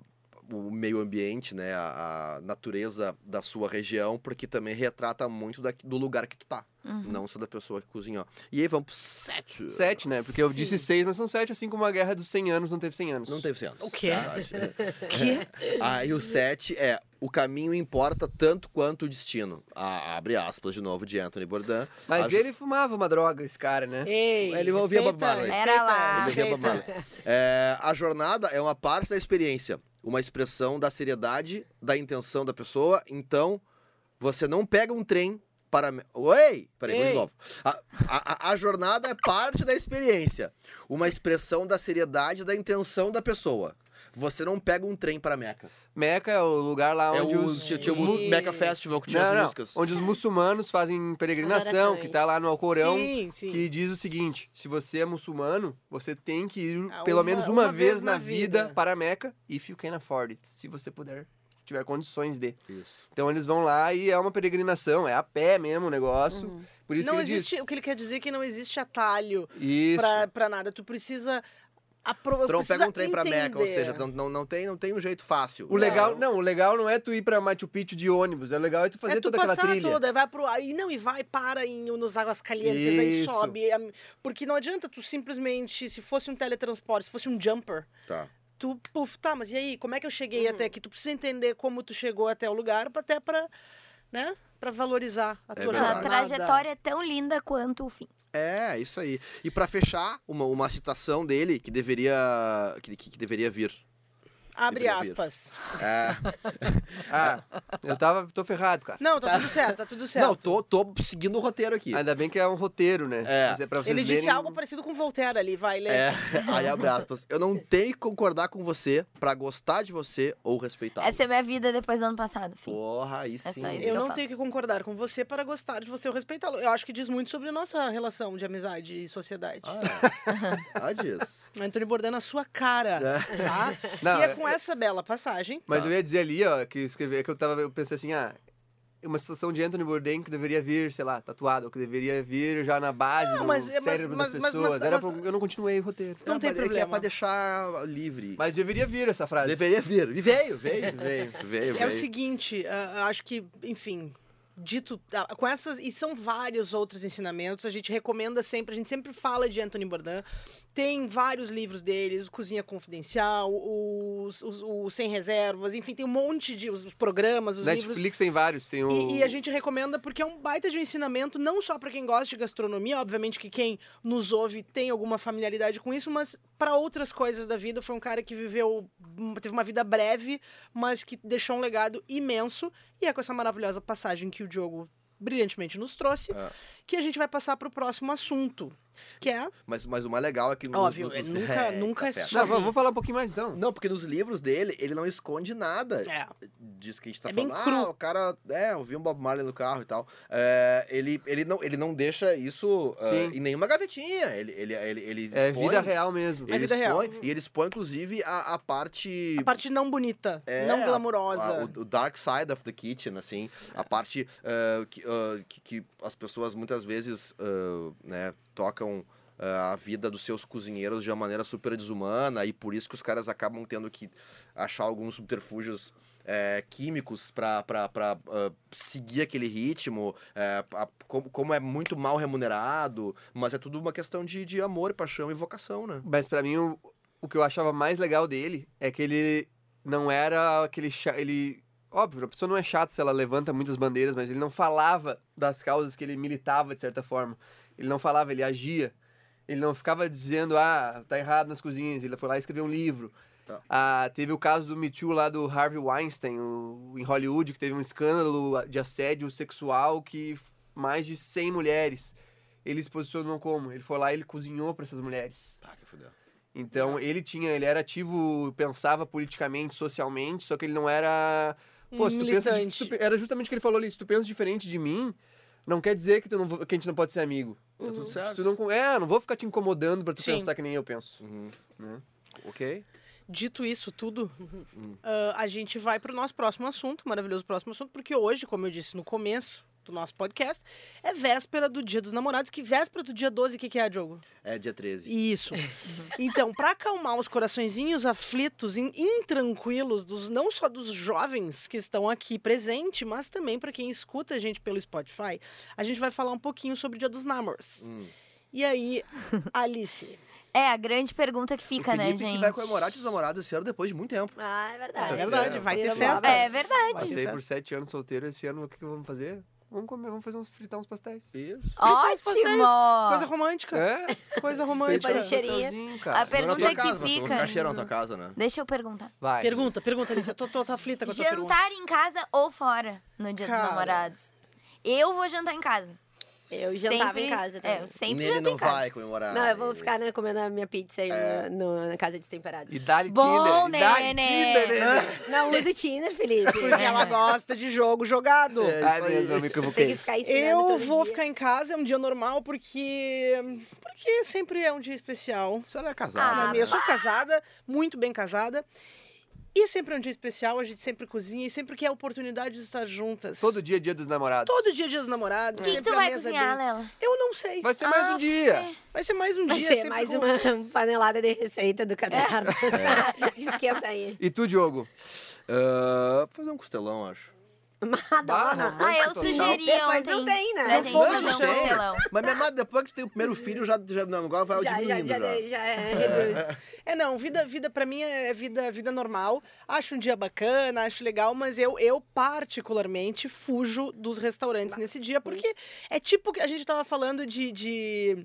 Speaker 1: o meio ambiente, né? A, a natureza da sua região, porque também retrata muito da- do lugar que tu tá.
Speaker 4: Uhum.
Speaker 1: Não só da pessoa que cozinhou. E aí vamos pro sete.
Speaker 3: Sete, né? Porque eu disse
Speaker 2: Sim.
Speaker 3: seis, mas são sete, assim como a guerra dos 100 anos não teve 100 anos.
Speaker 1: Não teve cem anos.
Speaker 2: O quê?
Speaker 1: Verdade.
Speaker 2: Que?
Speaker 1: aí o sete é o caminho importa tanto quanto o destino. A- abre aspas de novo de Anthony Bourdain.
Speaker 3: Mas
Speaker 1: Aju-
Speaker 3: ele fumava uma droga, esse cara, né?
Speaker 2: Ei,
Speaker 1: Ele ouvia
Speaker 2: respeita,
Speaker 1: Bob Marley.
Speaker 2: respeita,
Speaker 4: Era lá.
Speaker 1: Ele ouvia
Speaker 2: respeita.
Speaker 1: Bob Marley. É, a jornada é uma parte da experiência, uma expressão da seriedade, da intenção da pessoa. Então, você não pega um trem para. me- Oi! Peraí, vou de
Speaker 2: Ei.
Speaker 1: novo. A, a- a- a jornada é parte da experiência, uma expressão da seriedade, da intenção da pessoa. Você não pega um trem para Meca.
Speaker 3: Meca é o lugar lá
Speaker 1: é
Speaker 3: onde
Speaker 1: o,
Speaker 3: os...
Speaker 1: tinha, tinha o
Speaker 2: Sim.
Speaker 1: Meca Festival que tinha
Speaker 3: Não,
Speaker 1: as
Speaker 3: não.
Speaker 1: músicas.
Speaker 3: Onde os muçulmanos fazem peregrinação,
Speaker 6: Adorações.
Speaker 3: que tá lá no Alcorão.
Speaker 2: Sim, sim.
Speaker 3: que diz o seguinte: se você é muçulmano, você tem que ir
Speaker 2: Ah,
Speaker 3: pelo
Speaker 2: uma-
Speaker 3: menos uma, vez, na
Speaker 2: vida.
Speaker 3: vida para a Meca if you can afford it, se você puder. tiver condições de.
Speaker 1: Isso.
Speaker 3: Então eles vão lá e é uma peregrinação, é a pé mesmo o negócio. Por isso
Speaker 2: não
Speaker 3: que ele
Speaker 2: existe, o que ele quer dizer é que não existe atalho
Speaker 3: diz. Isso.
Speaker 2: pra, pra nada. Tu precisa. Apro...
Speaker 1: Tron
Speaker 2: precisa
Speaker 1: pega um trem pra Meca, ou
Speaker 2: entender.
Speaker 1: seja, não, não, não, tem, não tem um jeito fácil.
Speaker 3: O legal, não, o legal não é tu ir pra Machu Picchu de ônibus, é legal é tu fazer
Speaker 2: é tu
Speaker 3: toda
Speaker 2: passar
Speaker 3: aquela trilha.
Speaker 2: toda, aí vai pro aí não e vai para em nos águas calientes, aí
Speaker 3: Isso.
Speaker 2: sobe, aí- porque não adianta tu simplesmente, se fosse um teletransporte, se fosse um jumper,
Speaker 1: Tá.
Speaker 2: tu puf, tá, mas e aí, como é que eu cheguei até aqui? Tu precisa entender como tu chegou até o lugar, pra- até pra, né, para valorizar a tua
Speaker 1: verdade.
Speaker 4: A
Speaker 2: jornada.
Speaker 4: trajetória é tão linda quanto o fim.
Speaker 1: É, isso aí. E pra fechar, uma, uma citação dele que deveria, que, que- que deveria vir.
Speaker 2: Abre
Speaker 1: Deveria vir.
Speaker 2: aspas.
Speaker 1: É.
Speaker 3: Ah, eu tava, tô ferrado, cara.
Speaker 2: Não, tá, tudo certo, tá tudo certo.
Speaker 1: Não, tô, tô seguindo o roteiro aqui.
Speaker 3: Ainda bem que é um roteiro, né?
Speaker 1: É.
Speaker 3: Mas pra vocês
Speaker 2: Ele disse
Speaker 3: verem-
Speaker 2: algo parecido com Voltaire ali, vai ler.
Speaker 1: É, aí abre aspas. Eu não tenho que concordar com você pra gostar de você ou respeitar.
Speaker 4: Essa é minha vida depois do ano passado, fim.
Speaker 1: Porra, aí
Speaker 4: só
Speaker 1: sim.
Speaker 4: isso.
Speaker 2: Eu
Speaker 4: que eu
Speaker 2: não
Speaker 4: falo.
Speaker 2: tenho que concordar com você para gostar de você ou respeitá-lo. Eu acho que diz muito sobre nossa relação de amizade e sociedade.
Speaker 1: Ah, ah, diz.
Speaker 2: Antônio Bourdain na sua cara,
Speaker 1: É.
Speaker 2: tá?
Speaker 3: Não,
Speaker 2: e é com essa bela passagem.
Speaker 3: Mas
Speaker 1: Tá.
Speaker 3: eu ia dizer ali, ó, que eu escrevi, é que eu tava, eu pensei assim, ah, uma situação de Anthony Bourdain que deveria vir, sei lá, tatuado, que deveria vir já na base
Speaker 2: Não,
Speaker 3: do
Speaker 2: mas- mas-
Speaker 3: cérebro
Speaker 2: mas-
Speaker 3: das
Speaker 2: mas-
Speaker 3: pessoas.
Speaker 2: mas-
Speaker 3: Era
Speaker 2: mas-
Speaker 3: pra- eu não continuei o roteiro.
Speaker 2: Não
Speaker 1: É, mas
Speaker 2: tem
Speaker 1: É que é
Speaker 2: problema.
Speaker 1: pra deixar livre.
Speaker 3: Mas deveria vir essa frase.
Speaker 1: Deveria vir. E veio, veio.
Speaker 3: Veio.
Speaker 1: Veio,
Speaker 2: É o
Speaker 1: veio.
Speaker 2: seguinte, ah, eu acho que, enfim, dito ah, com essas e são vários outros ensinamentos, a gente recomenda sempre, a gente sempre fala de Anthony Bourdain. Tem vários livros deles, o Cozinha Confidencial, os, os- o Sem Reservas, enfim, tem um monte de os, os programas, os
Speaker 3: Netflix
Speaker 2: livros.
Speaker 3: tem vários, tem um o...
Speaker 2: E, e a gente recomenda porque é um baita de um ensinamento, não só para quem gosta de gastronomia, obviamente que quem nos ouve tem alguma familiaridade com isso, mas para outras coisas da vida. Foi um cara que viveu, hum, teve uma vida breve, mas que deixou um legado imenso. E é com essa maravilhosa passagem que o Diogo brilhantemente nos trouxe,
Speaker 1: É.
Speaker 2: que a gente vai passar para o próximo assunto, que é
Speaker 1: Mas, mas o mais legal é que... no-
Speaker 2: Óbvio,
Speaker 1: no- nos-
Speaker 2: nunca-
Speaker 1: É,
Speaker 2: nunca é
Speaker 1: tá certo.
Speaker 2: só-
Speaker 3: Não, vamos vamos falar um pouquinho mais então.
Speaker 1: Não, porque nos livros dele, ele não esconde nada
Speaker 2: é,
Speaker 1: disso que a gente tá
Speaker 2: É bem
Speaker 1: falando.
Speaker 2: cru.
Speaker 1: Ah, o cara... É, eu vi um Bob Marley no carro e tal. É, ele, ele, não, ele não deixa isso ah,
Speaker 3: Sim.
Speaker 1: em nenhuma gavetinha. Ele, ele, ele, ele
Speaker 3: É
Speaker 1: expõe-
Speaker 3: vida real mesmo.
Speaker 1: Ele
Speaker 2: É vida
Speaker 1: expõe,
Speaker 2: real.
Speaker 1: E ele expõe, inclusive, a, a parte...
Speaker 2: a parte não bonita,
Speaker 1: É,
Speaker 2: não
Speaker 1: a-
Speaker 2: glamurosa.
Speaker 1: a- o, o dark side of the kitchen, assim, a parte ah, que, ah, que, que as pessoas muitas vezes ah, né, tocam ah, a vida dos seus cozinheiros de uma maneira super desumana e por isso que os caras acabam tendo que achar alguns subterfúgios eh, químicos para ah, seguir aquele ritmo, eh, a- como, como é muito mal remunerado, mas é tudo uma questão de, de amor, paixão e vocação, né?
Speaker 3: Mas pra mim, o, o que eu achava mais legal dele é que ele não era aquele. cha- Ele. Óbvio, a pessoa não é chata se ela levanta muitas bandeiras, mas ele não falava das causas que ele militava, de certa forma. Ele não falava, ele agia. Ele não ficava dizendo, ah, tá errado nas cozinhas. Ele foi lá escrever um livro.
Speaker 1: Tá.
Speaker 3: Ah, teve o caso do Me Too lá do Harvey Weinstein, o- em Hollywood, que teve um escândalo de assédio sexual que f- mais de 100 mulheres. Ele se posicionou como? Ele foi lá e ele cozinhou pra essas mulheres.
Speaker 1: Ah, que fudeu.
Speaker 3: Então ele tinha, ele era ativo, pensava politicamente, socialmente, só que ele não era. Pô, se tu pensa. di-
Speaker 2: Militante.
Speaker 3: se tu pe- era justamente o que ele falou ali: se tu pensa diferente de mim, não quer dizer que, tu não, vo- que a gente não pode ser amigo.
Speaker 1: Tá tudo
Speaker 3: Se
Speaker 1: certo?
Speaker 3: tu não, con- é, não vou ficar te incomodando pra tu
Speaker 2: Sim.
Speaker 3: pensar que nem eu penso.
Speaker 1: Uhum.
Speaker 3: Né?
Speaker 1: Ok.
Speaker 2: Dito isso tudo, ah, a gente vai para o nosso próximo assunto, maravilhoso próximo assunto, porque hoje, como eu disse no começo do nosso podcast, é véspera do Dia dos Namorados, que véspera do dia 12, o que, que é, Diogo?
Speaker 1: É dia 13.
Speaker 2: Isso. Então, para acalmar os coraçõezinhos aflitos e intranquilos, dos, não só dos jovens que estão aqui presente, mas também para quem escuta a gente pelo Spotify, a gente vai falar um pouquinho sobre o Dia dos Namorados.
Speaker 1: Hum.
Speaker 2: E aí, Alice,
Speaker 4: É a grande pergunta que fica,
Speaker 1: o Felipe
Speaker 4: né, gente?
Speaker 1: que vai comemorar Dia dos namorados esse ano depois de muito tempo.
Speaker 6: Ah, é verdade.
Speaker 2: é verdade, vai ter
Speaker 6: É
Speaker 2: festa.
Speaker 4: É verdade.
Speaker 3: Passei por sete anos solteiro, esse ano o que, que vamos fazer? Vamos comer, vamos fazer uns fritar uns pastéis.
Speaker 1: Isso.
Speaker 4: Ótimo!
Speaker 2: Coisa romântica.
Speaker 3: É?
Speaker 2: Coisa
Speaker 3: Feito
Speaker 2: romântica.
Speaker 6: Faz
Speaker 3: um
Speaker 6: o cheirinho.
Speaker 3: pastelzinho,
Speaker 4: A
Speaker 3: cara.
Speaker 1: Não na
Speaker 4: pergunta
Speaker 1: tua
Speaker 4: que
Speaker 1: casa, mas tu vai
Speaker 4: fica.
Speaker 1: ficar cheirando na tua casa, né?
Speaker 4: Deixa eu perguntar.
Speaker 3: Vai.
Speaker 2: Pergunta, pergunta, Alice. Eu tô, tô, tô aflita com a tua pergunta.
Speaker 4: Jantar em casa ou fora no dia
Speaker 2: Cara.
Speaker 4: dos namorados? Eu vou jantar em casa.
Speaker 6: Eu jantava
Speaker 4: Sempre-
Speaker 6: em casa também.
Speaker 4: É, eu sempre
Speaker 1: Nele
Speaker 4: janto
Speaker 1: não
Speaker 4: em casa.
Speaker 1: vai comemorar.
Speaker 6: Não, eu vou ficar né, comendo a minha pizza aí no- na casa destemperada.
Speaker 3: E dá-lhe
Speaker 4: Bom,
Speaker 3: Tinder. e dá-lhe
Speaker 4: Nenê.
Speaker 3: Tinder, né? Nenê.
Speaker 6: Não, use Tinder, Felipe. É.
Speaker 2: Porque ela gosta de jogo jogado.
Speaker 1: É, isso
Speaker 3: Ai,
Speaker 1: aí.
Speaker 3: Deus, eu me
Speaker 6: Tem que
Speaker 3: equivoquei.
Speaker 6: ficar ensinando
Speaker 2: Eu
Speaker 6: todo
Speaker 2: vou
Speaker 6: dia.
Speaker 2: ficar em casa, é um dia normal, porque. Porque sempre é um dia especial.
Speaker 1: A senhora é
Speaker 4: Ah,
Speaker 1: casada.
Speaker 2: Eu sou casada, muito bem casada. E sempre é um dia especial, a gente sempre cozinha e sempre que é oportunidade de estar juntas.
Speaker 3: Todo dia é dia dos namorados.
Speaker 2: Todo dia, dia dos namorados.
Speaker 4: O que, que
Speaker 2: sempre
Speaker 4: tu
Speaker 2: a
Speaker 4: vai
Speaker 2: mesa é
Speaker 4: cozinhar,
Speaker 2: grande.
Speaker 4: Lela?
Speaker 2: Eu não sei. Vai,
Speaker 3: Vai ser mais
Speaker 4: Ah,
Speaker 3: um dia.
Speaker 2: ser mais um
Speaker 6: Vai
Speaker 2: dia.
Speaker 6: ser
Speaker 2: sempre
Speaker 6: mais
Speaker 2: com-
Speaker 6: uma panelada de receita do
Speaker 2: É.
Speaker 6: caderno. Esquenta aí.
Speaker 3: E tu, Diogo?
Speaker 1: Ah, fazer um costelão, acho.
Speaker 3: Barra,
Speaker 6: Madonna.
Speaker 4: Ah, eu
Speaker 3: total.
Speaker 4: sugeri
Speaker 6: Depois
Speaker 4: ontem.
Speaker 6: não tem, né?
Speaker 4: Pra
Speaker 2: Não
Speaker 4: gente
Speaker 2: foi,
Speaker 4: fazer um
Speaker 2: não
Speaker 1: tem.
Speaker 4: costelão.
Speaker 1: Mas minha amada, depois que tu tem o primeiro filho, já, já não, agora vai
Speaker 6: já, já,
Speaker 1: diminuindo já.
Speaker 6: já, já, é, reduz.
Speaker 2: É, não, vida, vida para mim é vida, vida normal. Acho um dia bacana, acho legal, mas eu, eu particularmente fujo dos restaurantes nesse dia,
Speaker 1: Uhum.
Speaker 2: porque é tipo que a gente tava falando de, de,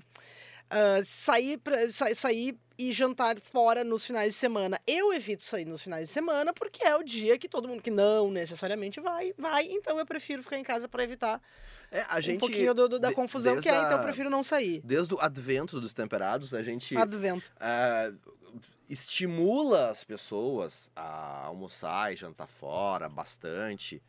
Speaker 2: ah, sair, pra, sa- sair e jantar fora nos finais de semana. Eu evito sair nos finais de semana porque é o dia que todo mundo que não necessariamente vai, vai. Então eu prefiro ficar em casa para evitar
Speaker 1: É, a gente,
Speaker 2: um pouquinho do- do- da
Speaker 1: de-
Speaker 2: confusão
Speaker 1: desde
Speaker 2: que é, então
Speaker 1: a-
Speaker 2: eu prefiro não sair.
Speaker 1: Desde o advento dos temperados, a gente
Speaker 2: Advento.
Speaker 1: ah, estimula as pessoas a almoçar e jantar fora bastante.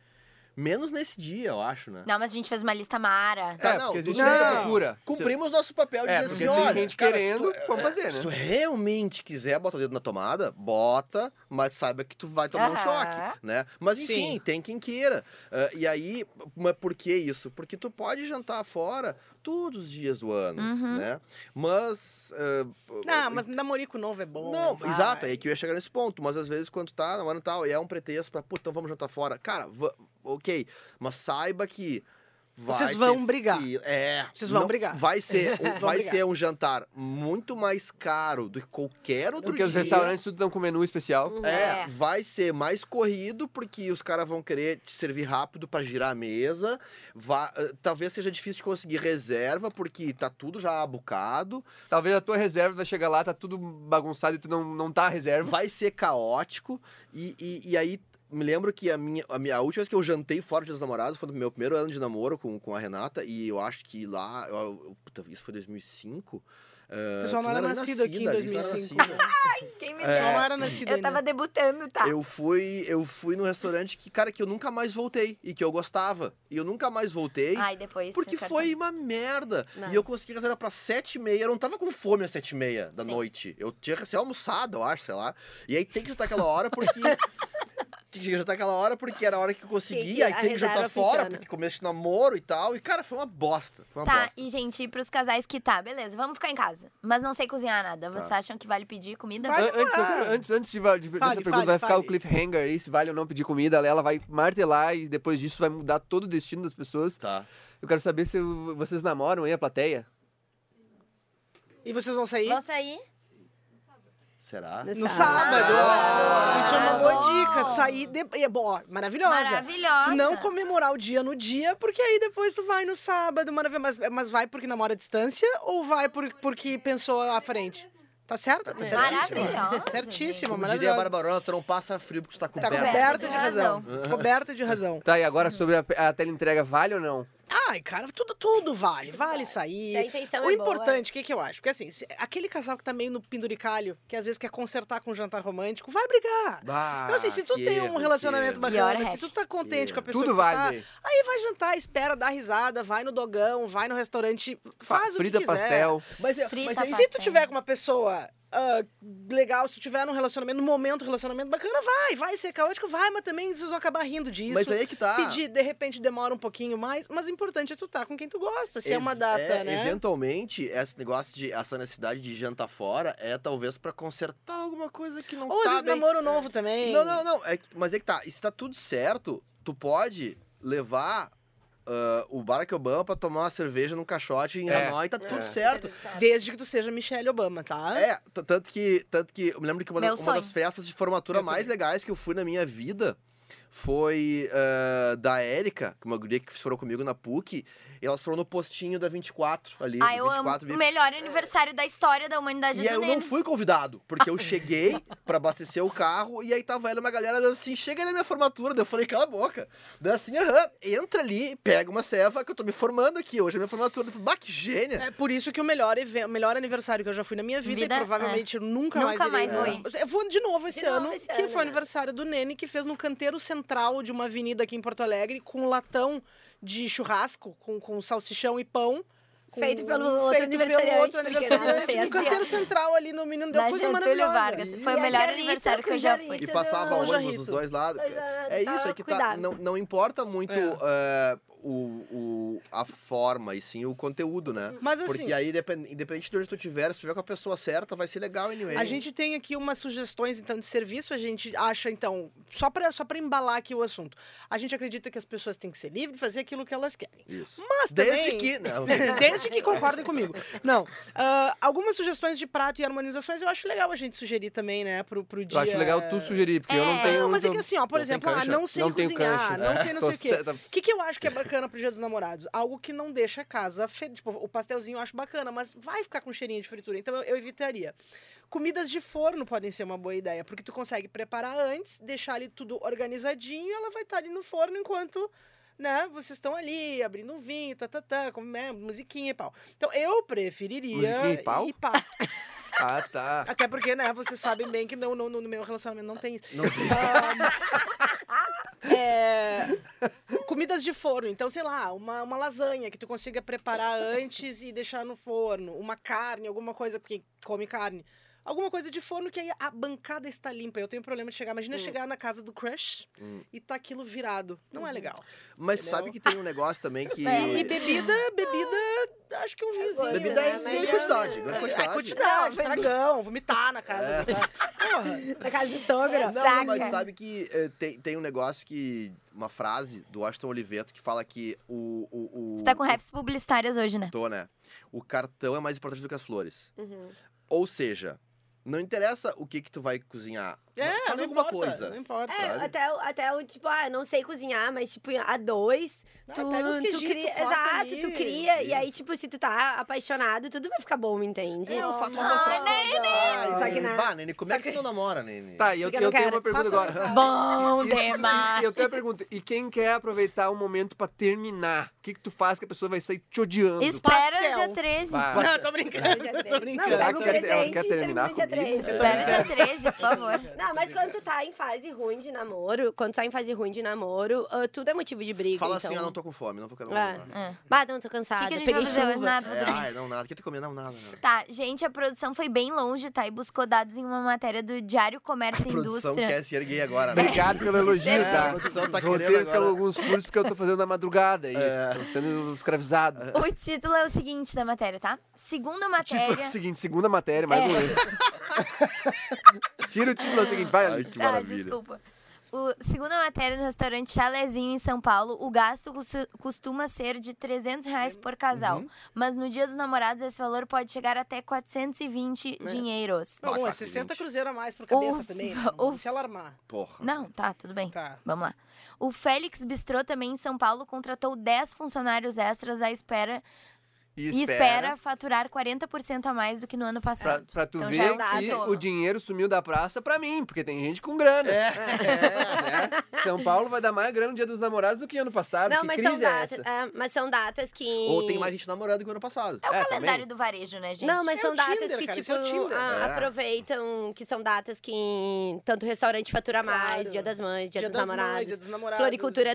Speaker 1: Menos nesse dia, eu acho, né?
Speaker 4: Não, mas a gente fez uma lista mara.
Speaker 1: Tá,
Speaker 3: é,
Speaker 1: não,
Speaker 3: porque existe
Speaker 1: tudo
Speaker 3: muita
Speaker 1: bem.
Speaker 3: procura.
Speaker 1: Cumprimos nosso papel de
Speaker 3: É,
Speaker 1: dizer
Speaker 3: porque
Speaker 1: assim,
Speaker 3: tem
Speaker 1: olha,
Speaker 3: gente
Speaker 1: cara, se
Speaker 3: querendo,
Speaker 1: tu-
Speaker 3: vamos fazer,
Speaker 1: É, Se
Speaker 3: né?
Speaker 1: tu realmente quiser botar o dedo na tomada, bota, mas saiba que tu vai tomar um
Speaker 4: Aham.
Speaker 1: choque, né? Mas enfim,
Speaker 2: Sim.
Speaker 1: tem quem queira. Ah, e aí, mas por que isso? Porque tu pode jantar fora todos os dias do ano,
Speaker 4: Uhum.
Speaker 1: né? Mas... ah,
Speaker 2: Não, mas namorico novo é bom.
Speaker 1: não,
Speaker 2: vai.
Speaker 1: exato, é que eu ia chegar nesse ponto, mas às vezes quando tá na hora tal, e é um pretexto pra, puta, então vamos jantar fora. Cara, va- ok, mas saiba que vai
Speaker 2: Vocês vão
Speaker 1: ter
Speaker 2: brigar.
Speaker 1: fila- É.
Speaker 2: Vocês vão
Speaker 1: não-
Speaker 2: brigar.
Speaker 1: Vai ser, um,
Speaker 2: Vão
Speaker 1: vai
Speaker 2: brigar.
Speaker 1: ser um jantar muito mais caro do que qualquer outro
Speaker 3: Porque os
Speaker 1: dia.
Speaker 3: restaurantes tudo estão com menu especial.
Speaker 1: É,
Speaker 4: É.
Speaker 1: vai ser mais corrido porque os caras vão querer te servir rápido pra girar a mesa. Vá- eh, talvez seja difícil de conseguir reserva porque tá tudo já abucado.
Speaker 3: Talvez a tua reserva vai chegar lá, tá tudo bagunçado e tu não, não tá à reserva.
Speaker 1: vai ser caótico. E, e, e aí, me lembro que a minha, a minha a última vez que eu jantei fora de dos namorados foi no meu primeiro ano de namoro com, com a Renata. E eu acho que lá. eu- eu- puta, isso foi 2005.
Speaker 2: O pessoal não Ah, era É. nascido aqui em 2005.
Speaker 6: Quem me
Speaker 2: O pessoal não era nascido
Speaker 4: Eu tava
Speaker 2: ainda.
Speaker 4: debutando, tá?
Speaker 1: Eu fui, eu fui num restaurante que, cara, que eu nunca mais voltei e que eu gostava. E eu nunca mais voltei.
Speaker 4: Ai, depois.
Speaker 1: Porque
Speaker 4: eu quero
Speaker 1: foi
Speaker 4: saber.
Speaker 1: uma merda.
Speaker 6: Não.
Speaker 1: E eu consegui reservar pra sete e meia. Eu não tava com fome às sete e meia da
Speaker 4: Sim.
Speaker 1: noite. Eu tinha que ser almoçado, eu acho, sei lá. E aí tem que jantar aquela hora porque... Tinha que jantar aquela hora porque era a hora que eu
Speaker 6: Que-
Speaker 1: conseguia.
Speaker 6: que
Speaker 1: aí
Speaker 6: a
Speaker 1: tem que jantar
Speaker 6: reserva
Speaker 1: fora
Speaker 6: funciona.
Speaker 1: porque começo de namoro e tal. E, cara, foi uma bosta. Foi uma
Speaker 4: Tá,
Speaker 1: bosta.
Speaker 4: e gente, e pros casais que tá, beleza, vamos ficar em casa. Mas não sei cozinhar nada.
Speaker 1: Tá.
Speaker 4: Vocês acham que vale pedir comida?
Speaker 2: Vai
Speaker 3: An- Antes, eu
Speaker 2: demorar.
Speaker 3: quero- antes, antes de, va- de- dessa
Speaker 2: Fale,
Speaker 3: pergunta,
Speaker 2: fale,
Speaker 3: vai ficar
Speaker 2: fale.
Speaker 3: o cliffhanger aí, se vale ou não pedir comida. Ela vai martelar e depois disso vai mudar todo o destino das pessoas.
Speaker 1: Tá.
Speaker 3: Eu quero saber se o- vocês namoram aí a plateia.
Speaker 2: E vocês vão sair?
Speaker 4: Vão sair?
Speaker 1: Será?
Speaker 2: No sábado.
Speaker 4: Sábado.
Speaker 2: Isso é uma
Speaker 4: Ah,
Speaker 2: boa
Speaker 4: bom.
Speaker 2: dica. Sair de... é, bom, ó, maravilhosa.
Speaker 4: Maravilhosa.
Speaker 2: Tu não comemorar o dia no dia, porque aí depois tu vai no sábado, maravilhosa. Mas, mas vai porque namora à distância ou vai por, porque pensou à frente? Tá certo? Tá certíssimo.
Speaker 4: Maravilhosa.
Speaker 2: Certíssima,
Speaker 1: Como diria a
Speaker 2: maravilhosa.
Speaker 1: Barbarona, tu não passa frio porque tu tá
Speaker 2: Tá
Speaker 1: coberto.
Speaker 2: coberta de
Speaker 4: de
Speaker 2: razão.
Speaker 4: razão.
Speaker 2: Coberta de razão.
Speaker 3: Tá, e agora sobre a, a teleentrega, vale ou não?
Speaker 2: Ai, cara, tudo, tudo vale. Vale
Speaker 6: Se a
Speaker 2: sair.
Speaker 4: Então
Speaker 6: intenção
Speaker 2: O
Speaker 6: é
Speaker 2: importante, o que, que eu acho? Porque assim, se- aquele casal que tá meio no penduricalho, que às vezes quer consertar com um jantar romântico, vai brigar.
Speaker 1: Ah,
Speaker 2: Então, assim, se tu
Speaker 1: que
Speaker 2: tem
Speaker 1: erro,
Speaker 2: um
Speaker 1: que
Speaker 2: relacionamento
Speaker 1: erro.
Speaker 4: Pior
Speaker 2: bacana,
Speaker 4: é
Speaker 2: se tu tá contente com a pessoa
Speaker 3: Tudo
Speaker 2: que tu tá,
Speaker 3: vale.
Speaker 2: aí vai jantar, espera, dá risada, vai no dogão, vai no restaurante, faz o
Speaker 3: Frita
Speaker 2: que quiser.
Speaker 3: pastel.
Speaker 1: Mas, é-
Speaker 4: Frita
Speaker 1: mas
Speaker 2: Mas
Speaker 1: é
Speaker 2: aí,
Speaker 1: isso
Speaker 2: se tu tiver com uma pessoa ah, legal, se tu tiver num relacionamento, num momento, relacionamento bacana, vai, vai ser caótico, vai, mas também vocês vão acabar rindo disso.
Speaker 1: Mas aí é que tá.
Speaker 2: Pedir, de repente, demora um pouquinho mais, mas o importante é tu tá com quem tu gosta, se é
Speaker 1: Ev-
Speaker 2: uma data,
Speaker 1: é,
Speaker 2: né?
Speaker 1: Eventualmente, esse negócio de essa necessidade de jantar fora é talvez pra consertar alguma coisa que não
Speaker 2: Ou às
Speaker 1: tá
Speaker 2: vezes
Speaker 1: bem.
Speaker 2: namoro novo também.
Speaker 1: Não, não, não. é que- mas é que tá. E se tá tudo certo, tu pode levar ah, o Barack Obama pra tomar uma cerveja num caixote em
Speaker 3: É.
Speaker 1: Hanoi, tá tudo
Speaker 3: É.
Speaker 1: certo.
Speaker 2: Desde que tu seja Michelle Obama, tá?
Speaker 1: É, t- tanto que, tanto que eu me lembro que uma, da-
Speaker 4: Meu
Speaker 1: uma
Speaker 4: sonho.
Speaker 1: das festas de formatura
Speaker 2: Eu
Speaker 1: mais legais que eu fui na minha vida foi ah, da Érica, que uma guria que foram comigo na PUC, e elas foram no postinho da 24 ali.
Speaker 4: Ah, eu amo
Speaker 1: 24
Speaker 4: o melhor aniversário da história da humanidade
Speaker 1: E aí eu não
Speaker 4: junina.
Speaker 1: fui convidado, porque eu cheguei pra abastecer o carro e aí tava ela e uma galera assim, chega aí na minha formatura. Daí eu falei, cala a boca. Daí assim, aham, entra ali, pega uma ceva que eu tô me formando aqui. Hoje é minha formatura. Eu falei, bah, que gênia.
Speaker 2: É por isso que o melhor, even- o melhor aniversário que eu já fui na minha vida,
Speaker 4: Vida,
Speaker 2: e provavelmente
Speaker 6: é.
Speaker 2: eu nunca,
Speaker 4: Nunca
Speaker 2: mais,
Speaker 4: mais
Speaker 2: irei. É, Eu vou de novo esse
Speaker 6: De novo
Speaker 2: ano,
Speaker 6: esse
Speaker 2: que
Speaker 6: ano,
Speaker 2: foi o
Speaker 6: né?
Speaker 2: aniversário do Nene, que fez no canteiro central de uma avenida aqui em Porto Alegre, com um latão de churrasco, com, com salsichão e pão. com-
Speaker 6: Feito pelo outro
Speaker 2: feito
Speaker 6: aniversariante,
Speaker 2: Pelo outro
Speaker 6: porque
Speaker 2: aniversariante.
Speaker 6: não é
Speaker 2: No
Speaker 6: fez
Speaker 2: canteiro
Speaker 6: piada.
Speaker 2: central ali no Menino Deu
Speaker 4: Na
Speaker 6: é
Speaker 2: Coisa
Speaker 4: Getúlio
Speaker 2: Maravilhosa.
Speaker 4: Vargas. Foi
Speaker 6: E
Speaker 4: o
Speaker 6: a
Speaker 4: melhor
Speaker 6: Jarrita
Speaker 4: aniversário É que
Speaker 6: com
Speaker 4: eu já fui.
Speaker 6: Jarrita.
Speaker 1: E passava
Speaker 6: Não,
Speaker 1: ônibus
Speaker 2: Jarrito.
Speaker 1: dos dois lados.
Speaker 6: Coisa
Speaker 1: É
Speaker 6: só
Speaker 1: isso, é que tá,
Speaker 6: cuidado.
Speaker 1: não, não importa muito
Speaker 2: É.
Speaker 1: é, o, o- a forma, e sim o conteúdo, né?
Speaker 2: Mas assim,
Speaker 1: Porque aí, depen- independente de onde tu tiver, se tiver com a pessoa certa, vai ser legal anyway.
Speaker 2: A gente tem aqui umas sugestões, então, de serviço. A gente acha, então, só para só pra embalar aqui o assunto. A gente acredita que as pessoas têm que ser livres, fazer aquilo que elas querem.
Speaker 1: Isso.
Speaker 2: Mas
Speaker 1: Desde
Speaker 2: também-
Speaker 1: que... Não,
Speaker 2: Desde que concordem comigo. Não. ah, algumas sugestões de prato e harmonizações eu acho legal a gente sugerir também, né? Pro, pro dia.
Speaker 3: Eu acho legal tu sugerir, porque eu não
Speaker 4: É,
Speaker 3: tenho.
Speaker 2: Não, mas é que
Speaker 3: não-
Speaker 2: assim, ó, por
Speaker 1: não tem
Speaker 2: exemplo, ah,
Speaker 1: cancha.
Speaker 2: não sei
Speaker 3: Não tenho
Speaker 2: cozinhar,
Speaker 3: cancha.
Speaker 2: não sei não
Speaker 3: tô
Speaker 2: sei o quê.
Speaker 3: certa-
Speaker 2: O que, que eu acho que é bacana pro Dia dos Namorados? Algo que não deixa a casa fedida. Tipo, o pastelzinho eu acho bacana, mas vai ficar com cheirinho de fritura. Então eu, eu evitaria. Comidas de forno podem ser uma boa ideia, porque tu consegue preparar antes, deixar ali tudo organizadinho e ela vai estar ali no forno enquanto. Né? Vocês estão ali abrindo um vinho, tá, tá, tá, com, né, musiquinha e pau. Então eu preferiria.
Speaker 3: Musiquinha e pau?
Speaker 2: E pá.
Speaker 3: Ah, tá.
Speaker 2: Até porque, né, vocês sabem bem que não, não, no meu relacionamento não tem isso.
Speaker 1: não tem.
Speaker 2: Ahn, é, comidas de forno. Então, sei lá, uma, uma lasanha que tu consiga preparar antes e deixar no forno. Uma carne, alguma coisa, porque come carne. Alguma coisa de forno que aí a bancada está limpa. Eu tenho problema de chegar. Imagina chegar na casa do crush
Speaker 1: Hum.
Speaker 2: e tá aquilo virado. Não é legal.
Speaker 1: Mas
Speaker 2: Entendeu?
Speaker 1: sabe que tem um negócio também que...
Speaker 2: É, E bebida, bebida, acho que um vinhozinho.
Speaker 6: gosto,
Speaker 1: Bebida
Speaker 6: né?
Speaker 1: é
Speaker 6: Mas
Speaker 1: grande
Speaker 6: eu-
Speaker 1: quantidade,
Speaker 2: É,
Speaker 1: grande
Speaker 2: quantidade,
Speaker 1: quantidade.
Speaker 2: dragão, vomitar na casa.
Speaker 1: É.
Speaker 2: do cara. Porra.
Speaker 6: Na casa do sogro.
Speaker 1: Não,
Speaker 4: Saca.
Speaker 1: mas sabe que eh, tem, tem um negócio que. Uma frase do Washington Oliveto que fala que o. o, o
Speaker 4: Você tá com raps publicitárias hoje, né?
Speaker 1: o tô, né? O cartão é mais importante do que as flores. Ou seja, não interessa o que que tu vai cozinhar.
Speaker 2: É,
Speaker 1: Faz
Speaker 2: não
Speaker 1: alguma
Speaker 2: importa,
Speaker 1: coisa.
Speaker 2: Não importa.
Speaker 6: É,
Speaker 1: Sabe?
Speaker 6: até, o- até o tipo, ah, não sei cozinhar, mas tipo, a dois,
Speaker 2: Ah,
Speaker 6: tu,
Speaker 2: pega uns
Speaker 6: tu
Speaker 2: queijinhos,
Speaker 6: cria.
Speaker 2: tu corta
Speaker 6: exato,
Speaker 2: ali.
Speaker 6: tu cria. E aí,
Speaker 1: Isso.
Speaker 6: tipo, se tu tá apaixonado, tudo vai ficar bom, entende?
Speaker 1: É, o fato de
Speaker 6: Ah,
Speaker 1: mostrar.
Speaker 6: Só que
Speaker 1: Ai, Nene,
Speaker 6: nada.
Speaker 1: bah, Nene, como é
Speaker 6: Só
Speaker 1: que tu não namora, Nene?
Speaker 3: Tá, e eu,
Speaker 6: Porque
Speaker 3: eu
Speaker 6: eu não
Speaker 3: tenho
Speaker 6: quero.
Speaker 3: uma pergunta
Speaker 6: Passa
Speaker 3: agora.
Speaker 2: um
Speaker 4: Bom tema!
Speaker 3: E eu tenho uma pergunta. E quem quer aproveitar o momento pra terminar? O que, que tu faz que a pessoa vai sair te odiando?
Speaker 4: Espera o dia
Speaker 2: Pastel.
Speaker 4: 13.
Speaker 3: Vai.
Speaker 2: Não, tô brincando.
Speaker 6: Dia
Speaker 2: Tô
Speaker 6: três.
Speaker 2: brincando.
Speaker 6: Não,
Speaker 3: Será
Speaker 6: pega o
Speaker 3: que ela- ela
Speaker 6: presente
Speaker 3: quer
Speaker 6: e
Speaker 3: terminar
Speaker 6: termina no dia
Speaker 3: comigo?
Speaker 6: 3.
Speaker 4: Espera o dia 13, por favor.
Speaker 6: Não, mas quando tu tá em fase ruim de namoro, quando tu tá em fase ruim de namoro, ah, tudo é motivo de briga.
Speaker 1: Fala
Speaker 6: então.
Speaker 1: assim, ah, não tô com fome, não vou quero
Speaker 6: Ah.
Speaker 1: namorar.
Speaker 4: Ah.
Speaker 6: Bah, não, tô
Speaker 4: O
Speaker 6: cansada.
Speaker 4: que, que a gente
Speaker 6: peguei
Speaker 4: vai fazer hoje?
Speaker 6: chuva.
Speaker 4: Nada, vou
Speaker 1: É,
Speaker 4: dormir.
Speaker 1: ai, não, nada. O que tu comeu? Não, nada, nada.
Speaker 4: Tá, gente, a produção foi bem longe, tá? E buscou dados em uma matéria do Diário Comércio
Speaker 1: A
Speaker 4: e
Speaker 1: produção
Speaker 4: Indústria.
Speaker 1: quer se erguer agora, né?
Speaker 3: Obrigado pelo elogio,
Speaker 1: É, a
Speaker 3: tá?
Speaker 1: produção tá
Speaker 3: Os
Speaker 1: querendo
Speaker 3: roteiros
Speaker 1: agora.
Speaker 3: estão alguns furos porque eu tô fazendo na madrugada e
Speaker 1: É.
Speaker 3: tô sendo escravizado.
Speaker 4: O título é o seguinte da matéria, tá? Segunda
Speaker 3: O título é
Speaker 4: matéria.
Speaker 3: o seguinte, segunda matéria, mais
Speaker 4: É.
Speaker 3: um erro. Tira o título é o seguinte, vai,
Speaker 1: Ai,
Speaker 3: Alice.
Speaker 1: que
Speaker 4: Ah,
Speaker 1: maravilha.
Speaker 4: desculpa. O, segundo a matéria no restaurante Chalezinho em São Paulo, o gasto cos- costuma ser de 300 reais por casal.
Speaker 3: Uhum.
Speaker 4: Mas no dia dos namorados, esse valor pode chegar até 420 dinheiros.
Speaker 2: Não, bom, é
Speaker 1: Bacana,
Speaker 2: 60
Speaker 1: gente.
Speaker 2: cruzeiros a mais por cabeça
Speaker 4: Uf,
Speaker 2: também. né? Não vamos
Speaker 4: uf.
Speaker 2: se alarmar.
Speaker 1: Porra.
Speaker 4: Não, tá, tudo bem.
Speaker 2: Tá.
Speaker 4: Vamos lá. O Félix Bistrô, também em São Paulo, contratou 10 funcionários extras à espera
Speaker 3: E
Speaker 4: e espera faturar 40% a mais do que no ano
Speaker 3: Pra,
Speaker 4: passado.
Speaker 3: pra tu
Speaker 4: Então já é
Speaker 3: ver
Speaker 4: um
Speaker 3: que
Speaker 4: dado.
Speaker 3: o dinheiro sumiu da praça pra mim, porque tem gente com grana.
Speaker 1: É,
Speaker 3: né? São Paulo vai dar mais grana no dia dos namorados do que ano passado.
Speaker 6: Não,
Speaker 3: que
Speaker 6: mas
Speaker 3: crise
Speaker 6: são,
Speaker 3: é
Speaker 6: datas,
Speaker 3: essa?
Speaker 6: é, mas são datas que.
Speaker 1: é. Ou tem mais gente namorando que o ano passado.
Speaker 4: É o
Speaker 3: É,
Speaker 4: calendário
Speaker 3: também.
Speaker 4: do varejo, né, gente?
Speaker 6: Não,
Speaker 2: É
Speaker 6: mas
Speaker 2: o
Speaker 6: são datas
Speaker 2: Tinder,
Speaker 6: que,
Speaker 2: cara, isso
Speaker 6: tipo,
Speaker 2: é o Tinder.
Speaker 6: a-
Speaker 1: É.
Speaker 6: aproveitam, que são datas que tanto restaurante fatura mais,
Speaker 2: Claro.
Speaker 6: dia das mães, dia, dos
Speaker 2: das
Speaker 6: namorados.
Speaker 2: Mães, dia dos namorados.
Speaker 6: Floricultura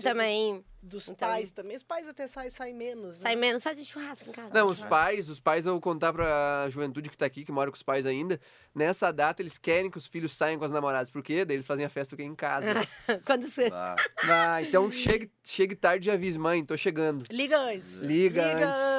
Speaker 2: dia dos-
Speaker 6: também.
Speaker 2: Dos,
Speaker 6: Então-
Speaker 2: pais também. Os pais até saem saem menos. né?
Speaker 6: Sai menos, faz um churrasco em casa.
Speaker 3: Não, os pais, os pais, eu vou contar pra juventude que tá aqui, que mora com os pais ainda. Nessa data, eles querem que os filhos saiam com as namoradas. Por quê? Daí eles fazem a festa aqui em casa.
Speaker 6: Quando você...
Speaker 1: Ah,
Speaker 3: ah, então chegue, chegue tarde e avise, mãe, tô chegando.
Speaker 2: Liga antes.
Speaker 3: Liga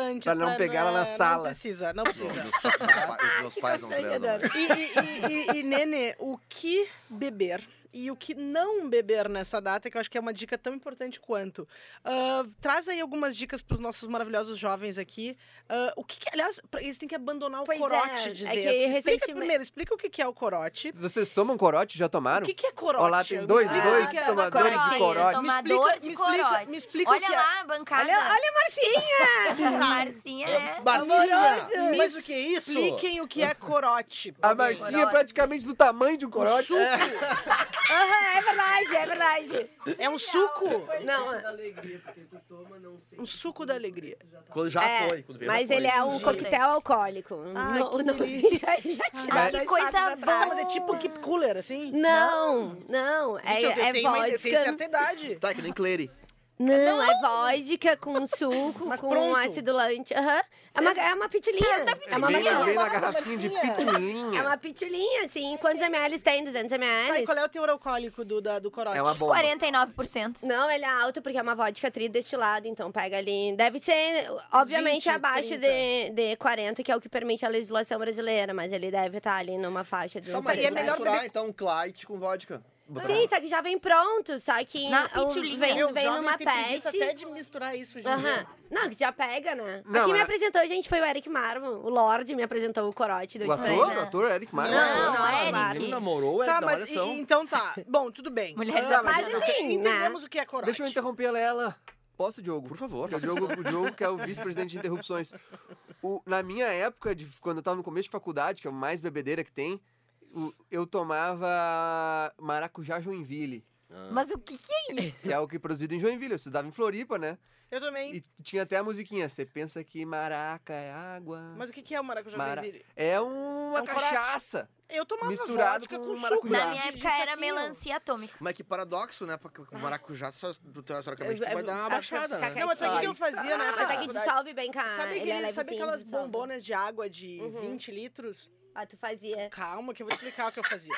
Speaker 3: antes, pra não pegar ela na
Speaker 2: não
Speaker 3: sala.
Speaker 2: precisa, não
Speaker 1: meus,
Speaker 2: precisa.
Speaker 1: meus pa- os meus pais não transam.
Speaker 6: constrangedor.
Speaker 1: né?
Speaker 2: E, e, e- e- e, Nenê, o que beber e o que não beber nessa data, que eu acho que é uma dica tão importante quanto. Ah, traz aí algumas dicas para os nossos maravilhosos jovens aqui. Ah, o que, que- aliás, pra- eles têm que abandonar o
Speaker 6: Pois é,
Speaker 2: corote de
Speaker 6: é que
Speaker 2: vez. explica
Speaker 6: recentemente-
Speaker 2: primeiro, explica o que que é o corote.
Speaker 3: Vocês tomam corote? Já
Speaker 2: O
Speaker 3: tomaram?
Speaker 2: que, que é corote?
Speaker 3: Olá, tem dois-
Speaker 4: Ah,
Speaker 2: Me explica
Speaker 3: dois
Speaker 2: o que é
Speaker 3: tomadores de
Speaker 2: corote.
Speaker 3: corote.
Speaker 2: Me explica-
Speaker 4: Tomador de
Speaker 2: me explica-
Speaker 4: corote.
Speaker 2: Me explica o
Speaker 4: olha
Speaker 2: que é.
Speaker 4: lá, a bancada.
Speaker 6: Olha, olha a Marcinha!
Speaker 4: Marcinha, né?
Speaker 1: Marcinha,
Speaker 2: Me
Speaker 1: mas o que é isso?
Speaker 2: Expliquem o que é corote.
Speaker 3: A Marcinha é
Speaker 4: Corote.
Speaker 3: praticamente do tamanho de um corote.
Speaker 2: suco.
Speaker 3: É.
Speaker 6: Aham, é verdade, é verdade.
Speaker 2: É um suco.
Speaker 6: Não,
Speaker 2: Um suco da alegria.
Speaker 1: Quando já
Speaker 6: é,
Speaker 1: foi. Quando veio, já
Speaker 6: mas
Speaker 1: foi.
Speaker 6: ele é um
Speaker 4: Gente.
Speaker 6: coquetel alcoólico. Um
Speaker 2: Ai,
Speaker 6: No-
Speaker 2: que
Speaker 6: no-
Speaker 2: delícia.
Speaker 6: já, já tinha
Speaker 4: Ai,
Speaker 6: dois
Speaker 4: que coisa
Speaker 6: passos pra
Speaker 4: boa.
Speaker 6: trás.
Speaker 2: Mas é tipo keep cooler, assim?
Speaker 6: Não, não, é,
Speaker 2: Gente, eu, eu
Speaker 6: é
Speaker 2: tenho, uma, eu tenho
Speaker 6: vodka.
Speaker 2: certa idade.
Speaker 1: Tá, é que nem Clary.
Speaker 6: Não, é vodka com suco,
Speaker 2: Mas
Speaker 6: com
Speaker 2: pronto.
Speaker 6: ácido lanti. Aham. É uma, é uma pitulinha.
Speaker 4: Será que dá
Speaker 6: É uma
Speaker 2: pitulinha?
Speaker 3: vem,
Speaker 6: pitulinha.
Speaker 3: vem na garrafinha de
Speaker 2: Garrafinha.
Speaker 6: É
Speaker 3: pitulinha.
Speaker 6: uma pitulinha, assim. Quantos ml tem? 200
Speaker 2: Tá, e
Speaker 6: ml?
Speaker 2: qual é o teor alcoólico do, da, do corote?
Speaker 3: É uma
Speaker 4: Os
Speaker 3: bomba.
Speaker 4: 49%.
Speaker 6: Não, ele é alto porque é uma vodka tridestilada, então pega ali. Deve ser, obviamente,
Speaker 2: 20,
Speaker 6: abaixo
Speaker 2: 30.
Speaker 6: de, de 40, que é o que permite a legislação brasileira, mas ele deve estar ali numa faixa de.
Speaker 1: Tá,
Speaker 6: uns
Speaker 1: mas
Speaker 2: e é
Speaker 1: é
Speaker 6: 300.
Speaker 1: melhor
Speaker 2: melhor
Speaker 1: misturar, então, Clyde com vodka. Botar-
Speaker 6: Sim, só que já vem pronto, só que.
Speaker 4: Na
Speaker 6: o-
Speaker 4: pitulinha.
Speaker 6: Vem,
Speaker 2: Meus
Speaker 6: vem
Speaker 2: jovens
Speaker 6: numa
Speaker 2: têm assim, preguiça
Speaker 6: pet.
Speaker 2: até de misturar isso, gente. Tá,
Speaker 6: Aham. Não, que já pega, né?
Speaker 3: Não, é.
Speaker 6: Quem me
Speaker 3: mas-
Speaker 6: apresentou, gente, foi o Eric Marmo. O Lorde me apresentou o corote do
Speaker 3: O
Speaker 6: X-Men.
Speaker 3: ator?
Speaker 4: Não.
Speaker 3: O ator é Eric Marvel.
Speaker 4: Não,
Speaker 3: o ator.
Speaker 4: não, é
Speaker 1: Ah,
Speaker 4: Eric.
Speaker 1: o menino namorou, era
Speaker 2: Tá,
Speaker 1: da
Speaker 2: mas e-
Speaker 1: Malhação.
Speaker 2: então tá. Bom, tudo bem.
Speaker 4: Mulheres
Speaker 3: Ah, mas
Speaker 4: apaixonadas.
Speaker 6: não tem,
Speaker 2: entendemos o que é corote.
Speaker 3: Deixa eu interromper ela. Posso, Diogo?
Speaker 1: Por favor,
Speaker 3: O
Speaker 1: faça
Speaker 3: Diogo, o Diogo, que é o vice-presidente de interrupções. O- na minha época, de, quando eu tava no começo de faculdade, que é o mais bebedeira que tem, o- eu tomava maracujá Joinville,
Speaker 4: Mas o que, que é isso?
Speaker 3: que é o que é produzido em Joinville. Eu estudava em Floripa, né?
Speaker 2: Eu também.
Speaker 3: E tinha até a musiquinha. Você pensa que maraca é água.
Speaker 2: Mas o que que é o maracujá
Speaker 3: Mara-
Speaker 2: verde?
Speaker 3: É uma
Speaker 2: É um coragem.
Speaker 3: cachaça.
Speaker 2: Eu tomava
Speaker 3: Misturado
Speaker 2: vodka
Speaker 3: com
Speaker 2: com, suco.
Speaker 3: maracujá.
Speaker 4: Na
Speaker 3: Claro.
Speaker 2: de-
Speaker 4: minha
Speaker 2: de
Speaker 4: época era
Speaker 2: saquinho.
Speaker 4: melancia atômica.
Speaker 1: Mas que paradoxo, né? Porque com maracujá, só, tu- teoricamente,
Speaker 6: Eu-
Speaker 1: tu é vai
Speaker 6: eu-
Speaker 1: dar uma
Speaker 6: acho que eu
Speaker 1: baixada,
Speaker 6: vou
Speaker 1: né?
Speaker 6: ficar
Speaker 2: Não, mas sabe o que que eu fazia, né?
Speaker 6: Mas é que dissolve bem cá.
Speaker 2: Sabe,
Speaker 6: ele
Speaker 2: aquele,
Speaker 6: é
Speaker 2: sabe
Speaker 6: levezinho,
Speaker 2: aquelas
Speaker 6: dissolve.
Speaker 2: bombonas de água de
Speaker 6: Uhum.
Speaker 2: 20 litros?
Speaker 6: Ah, tu fazia.
Speaker 2: Calma, que eu vou te explicar o que eu fazia.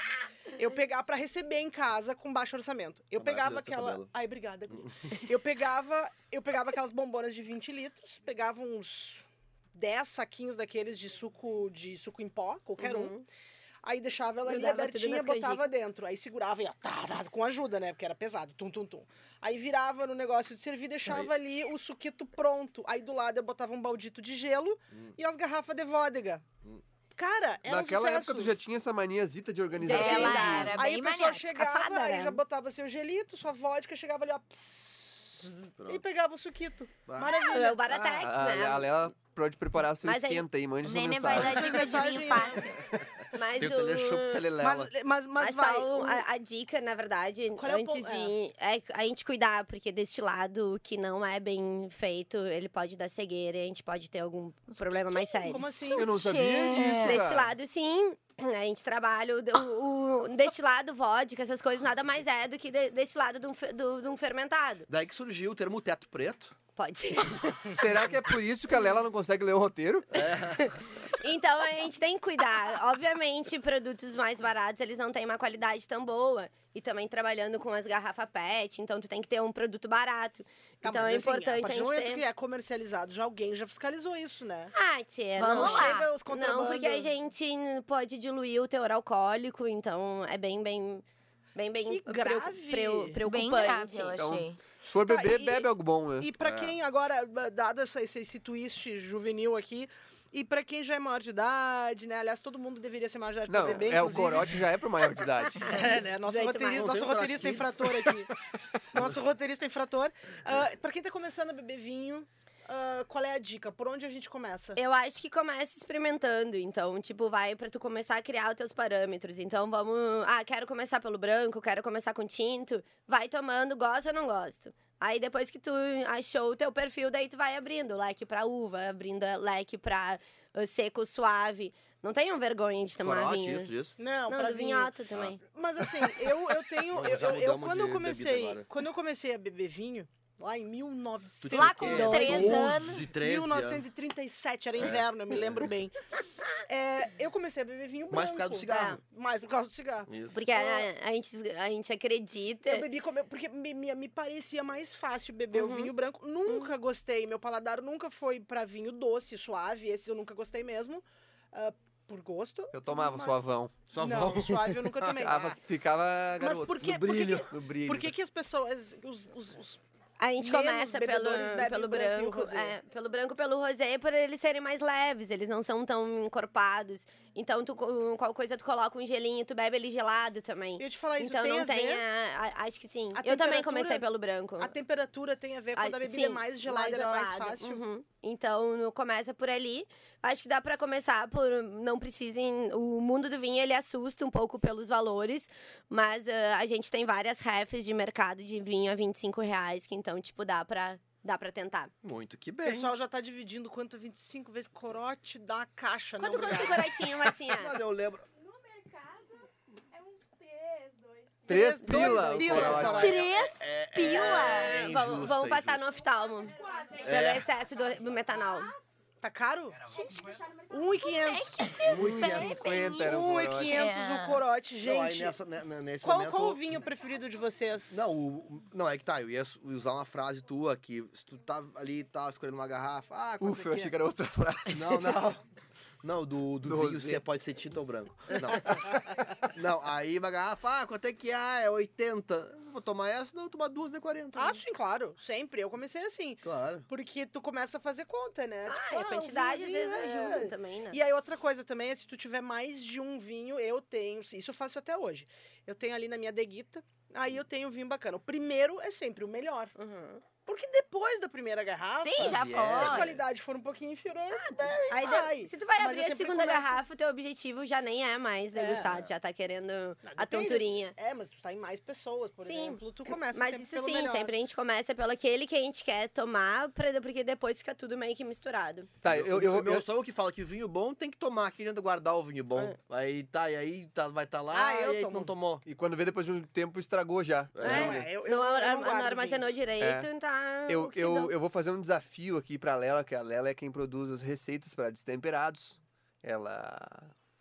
Speaker 2: Eu pegava pra receber em casa com baixo orçamento. Eu
Speaker 1: Tá
Speaker 2: pegava
Speaker 1: maravilhoso teu
Speaker 2: aquela.
Speaker 1: cabelo.
Speaker 2: Ai, obrigada. guria. Eu pegava, eu pegava aquelas bombonas de 20 litros, pegava uns 10 saquinhos daqueles de suco de suco em pó, qualquer
Speaker 6: Uhum.
Speaker 2: um. Aí deixava ela ali
Speaker 6: Grudava tudo
Speaker 2: abertinha,
Speaker 6: nas
Speaker 2: botava dentro. Aí segurava e ia, tá, tá, com ajuda, né? Porque era pesado, tum, tum, tum. Aí virava no negócio de servir, deixava ali o suquito pronto. Aí do lado eu botava um baldito de gelo e as garrafas de vodka. Cara, era um
Speaker 3: Hum. Naquela
Speaker 2: sucesso.
Speaker 3: época, tu já tinha essa maniazita de organização.
Speaker 6: Sim.
Speaker 4: Ela era
Speaker 2: Aí
Speaker 4: bem
Speaker 2: o pessoal
Speaker 4: maniática.
Speaker 2: chegava,
Speaker 6: Safada,
Speaker 2: aí
Speaker 6: né?
Speaker 2: já botava seu gelito, sua vodka, chegava ali, ó, pss,
Speaker 1: Pronto.
Speaker 2: e pegava o suquito.
Speaker 1: Ah.
Speaker 2: Maravilha.
Speaker 6: É o Baratex,
Speaker 3: a,
Speaker 6: né?
Speaker 3: a, a Lela pode preparar o seu
Speaker 6: Mas aí-
Speaker 3: esquenta aí, mande
Speaker 4: O
Speaker 3: sua
Speaker 4: Nenê vai
Speaker 3: mensagem.
Speaker 4: dar dica de vinho fácil.
Speaker 6: Mas
Speaker 1: Tem o
Speaker 3: é
Speaker 6: o.
Speaker 1: telechope, telelela.
Speaker 2: Mas, mas, mas,
Speaker 6: Mas,
Speaker 2: vai. um,
Speaker 6: só um,
Speaker 2: o-
Speaker 6: o- a, a dica, na verdade,
Speaker 2: Qual é o
Speaker 6: antes
Speaker 2: ponto?
Speaker 6: de. É a gente cuidar, porque deste lado que não é bem feito, ele pode dar cegueira e a gente pode ter algum problema mais ah, sério.
Speaker 2: Como assim?
Speaker 3: Eu não sabia
Speaker 4: Tchê.
Speaker 3: disso, cara.
Speaker 6: Deste lado, sim. A gente trabalha. O, o, o destilado, vodka, essas coisas, nada mais é do que de, destilado de um, fe- do- de um fermentado.
Speaker 1: Daí que surgiu o termo teto preto.
Speaker 6: Pode ser.
Speaker 3: Será que é por isso que a Lela não consegue ler o roteiro?
Speaker 6: Então a gente tem que cuidar. Obviamente, produtos mais baratos, eles não têm uma qualidade tão boa. E também trabalhando com as garrafas PET, então tu tem que ter um produto barato.
Speaker 2: Tá,
Speaker 6: então
Speaker 2: mas
Speaker 6: é
Speaker 2: assim,
Speaker 6: importante
Speaker 2: a
Speaker 6: a,
Speaker 2: partir do
Speaker 6: gente
Speaker 2: momento
Speaker 6: ter.
Speaker 2: que é comercializado, já alguém já fiscalizou isso, né?
Speaker 6: Ah, tia,
Speaker 4: Vamos
Speaker 6: não.
Speaker 4: lá.
Speaker 2: Chega os
Speaker 6: Não, porque a
Speaker 2: contrabando.
Speaker 6: gente pode diluir o teor alcoólico, então é bem, bem. Bem, bem
Speaker 2: Que
Speaker 6: preu-
Speaker 2: grave.
Speaker 6: preu-
Speaker 4: Bem
Speaker 6: preocupante.
Speaker 4: grave, eu
Speaker 3: Então,
Speaker 4: achei.
Speaker 3: Se for
Speaker 2: Tá,
Speaker 3: beber,
Speaker 2: e-
Speaker 3: bebe algo bom, né?
Speaker 2: E pra
Speaker 1: É.
Speaker 2: quem agora, b- dado essa, esse, esse twist juvenil aqui, e pra quem já é maior de idade, né? Aliás, todo mundo deveria ser maior de idade
Speaker 3: Não,
Speaker 2: pra beber,
Speaker 3: é o
Speaker 2: inclusive.
Speaker 3: corote já é pro maior de idade.
Speaker 2: É, né? Nosso
Speaker 6: Jeito
Speaker 2: roteirista, nosso
Speaker 6: mais.
Speaker 1: Não tem um
Speaker 2: roteirista
Speaker 1: Trasquiz?
Speaker 2: infrator aqui. Nosso roteirista infrator. Ah, pra quem tá começando a beber vinho, ah, qual é a dica? Por onde a gente começa?
Speaker 6: Eu acho que começa experimentando, então, tipo, vai pra tu começar a criar os teus parâmetros. Então, vamos, ah, quero começar pelo branco, quero começar com tinto, vai tomando, gosta ou não gosto. Aí depois que tu achou o teu perfil, daí tu vai abrindo leque pra uva, abrindo eh, leque pra uh, seco suave. Não tenham vergonha de tomar
Speaker 1: Corote,
Speaker 6: vinho.
Speaker 1: isso, isso.
Speaker 2: Não,
Speaker 6: Não,
Speaker 2: pra
Speaker 6: do vinhoto também.
Speaker 2: Mas assim, eu, eu tenho.
Speaker 1: Não,
Speaker 2: eu,
Speaker 1: já
Speaker 2: eu- eu-
Speaker 1: mudamos
Speaker 2: quando eu
Speaker 1: de bebida
Speaker 2: comecei.
Speaker 1: agora.
Speaker 2: Quando eu comecei a beber vinho, lá em 1900.
Speaker 4: Lá com
Speaker 1: Tinha o quê?
Speaker 4: 13
Speaker 1: 12, 13 anos.
Speaker 2: 1937, era inverno, eu me lembro bem. É, eu comecei a beber vinho branco. É,
Speaker 1: Mais por causa do cigarro.
Speaker 2: Mais por causa do cigarro.
Speaker 1: Isso.
Speaker 6: Porque a, a gente, a gente acredita.
Speaker 2: Eu bebi como eu- porque me, me, me parecia mais fácil beber
Speaker 6: Uhum.
Speaker 2: o vinho branco. Nunca gostei, meu paladar nunca foi pra vinho doce, suave. Esse eu nunca gostei mesmo, ah, por gosto.
Speaker 3: Eu tomava
Speaker 2: Mas-
Speaker 3: suavão.
Speaker 2: não, suave eu nunca tomei.
Speaker 3: Ficava, ficava
Speaker 2: Mas
Speaker 3: garoto.
Speaker 2: por quê?
Speaker 3: No
Speaker 2: Por que
Speaker 3: brilho.
Speaker 2: que-
Speaker 3: no brilho.
Speaker 2: Por que, que as pessoas. Os, os- os-
Speaker 6: A gente
Speaker 2: Menos
Speaker 6: começa pelo,
Speaker 2: bebedores bebem
Speaker 6: pelo
Speaker 2: o branco e o
Speaker 6: branco,
Speaker 2: rosé.
Speaker 6: é, pelo branco, pelo rosé, por eles serem mais leves, eles não são tão encorpados. Então, tu, co- qual coisa tu coloca um gelinho, tu bebe ele gelado também.
Speaker 2: eu ia te falar isso,
Speaker 6: então
Speaker 2: tem
Speaker 6: não
Speaker 2: a
Speaker 6: tem
Speaker 2: ver.
Speaker 6: a, a- acho que sim.
Speaker 2: A
Speaker 6: Eu também
Speaker 2: temperatura-
Speaker 6: comecei pelo branco.
Speaker 2: A temperatura tem a ver quando a,
Speaker 6: Ah,
Speaker 2: bebida
Speaker 6: sim,
Speaker 2: é mais gelada, ela é mais
Speaker 6: gelada.
Speaker 2: fácil.
Speaker 6: Uhum. Então, no- começa por ali. Acho que dá pra começar por não precisem, o mundo do vinho ele assusta um pouco pelos valores, mas ah, a gente tem várias refs de mercado de vinho a 25 reais, que então tipo dá pra dá para tentar.
Speaker 1: Muito que
Speaker 2: O
Speaker 1: bem.
Speaker 2: pessoal já tá dividindo quanto é 25 vezes corote da caixa.
Speaker 6: Quanto
Speaker 2: não,
Speaker 6: custa um assim, o
Speaker 2: obrigada.
Speaker 6: corotinho, Marcinha?
Speaker 1: Mas eu lembro.
Speaker 5: No mercado, é uns 3, 2 pila.
Speaker 3: Três
Speaker 2: Três- dois
Speaker 3: pila.
Speaker 2: pila.
Speaker 3: o corote.
Speaker 1: Não, é-
Speaker 4: Três
Speaker 1: é- é-
Speaker 4: pila?
Speaker 1: é injusto,
Speaker 6: vamos, vamos
Speaker 1: é
Speaker 6: passar no
Speaker 1: injusto.
Speaker 6: oftalmo.
Speaker 2: É.
Speaker 6: Pelo excesso do, do metanol.
Speaker 2: Tá caro? Um e
Speaker 4: É
Speaker 2: 500.
Speaker 4: que vocês
Speaker 3: 1,50
Speaker 4: bebem isso?
Speaker 3: era o
Speaker 2: Um e
Speaker 3: corote.
Speaker 2: 500 o corote,
Speaker 1: Não, aí
Speaker 2: gente.
Speaker 1: nessa, né, né, nesse
Speaker 2: Qual,
Speaker 1: momento...
Speaker 2: qual o vinho preferido de vocês?
Speaker 1: Não, o- não, é que tá, eu ia su- usar uma frase tua que se tu tá ali, tá escolhendo uma garrafa, ah, quanto é
Speaker 3: Ufa, eu
Speaker 1: que
Speaker 3: achei
Speaker 1: é?
Speaker 3: que era outra frase.
Speaker 1: Não, não. Não, do, do,
Speaker 3: Do
Speaker 1: vinho
Speaker 3: rosé.
Speaker 1: se é- pode ser tinta ou branco. Não. não, aí uma garrafa, ah, quanto é que é? Ah, é 80. Vou tomar essa, não, vou tomar duas de 40.
Speaker 2: Ah, sim, claro. Sempre. Eu comecei assim.
Speaker 1: Claro.
Speaker 2: Porque tu começa a fazer conta, né?
Speaker 6: Ah,
Speaker 2: Tipo,
Speaker 6: e a
Speaker 2: um
Speaker 6: quantidade às vezes
Speaker 2: vinhozinho, é.
Speaker 6: ajuda também, né?
Speaker 2: E aí, outra coisa também é se tu tiver mais de um vinho, eu tenho. Isso eu faço até hoje. Eu tenho ali na minha deguita, aí eu tenho um vinho bacana. O primeiro é sempre o melhor.
Speaker 6: Uhum.
Speaker 2: Porque depois da primeira garrafa.
Speaker 4: Sim, já
Speaker 1: Vier.
Speaker 2: Se a
Speaker 1: olha.
Speaker 4: foi.
Speaker 2: qualidade for um pouquinho inferior,
Speaker 6: Ah, Aí, de-
Speaker 2: vai.
Speaker 6: se tu vai
Speaker 2: Mas eu
Speaker 6: abrir a
Speaker 2: sempre
Speaker 6: segunda
Speaker 2: começo-
Speaker 6: garrafa, o teu objetivo já nem é mais
Speaker 2: É.
Speaker 6: degustar, tu já tá querendo a
Speaker 2: depende.
Speaker 6: tonturinha.
Speaker 2: É, mas tu tá em mais pessoas, por
Speaker 6: Sim.
Speaker 2: exemplo, tu começa
Speaker 6: Mas
Speaker 2: sempre
Speaker 6: isso
Speaker 2: pelo
Speaker 6: sim,
Speaker 2: melhor.
Speaker 6: sempre a gente começa pelo aquele que a gente quer tomar, pra- porque depois fica tudo meio que misturado.
Speaker 3: Tá, eu, eu, eu-
Speaker 1: sou eu que falo que vinho bom tem que tomar, que adianta guardar o vinho bom. Aí tá, e aí tá, vai estar tá lá,
Speaker 2: É. Ah, eu
Speaker 1: e aí tu
Speaker 2: tomo.
Speaker 1: não tomou.
Speaker 3: E quando vê, depois de um tempo, estragou já.
Speaker 1: É.
Speaker 2: Não,
Speaker 3: Ainda.
Speaker 2: é, eu, eu, eu
Speaker 6: não, ar-
Speaker 2: não guardo
Speaker 6: não armazenou
Speaker 2: vinhos.
Speaker 6: direito,
Speaker 3: É.
Speaker 6: tá.
Speaker 3: Eu, eu,
Speaker 6: oxidando.
Speaker 3: eu vou fazer um desafio aqui pra Lela, que a Lela é quem produz as receitas para destemperados. Ela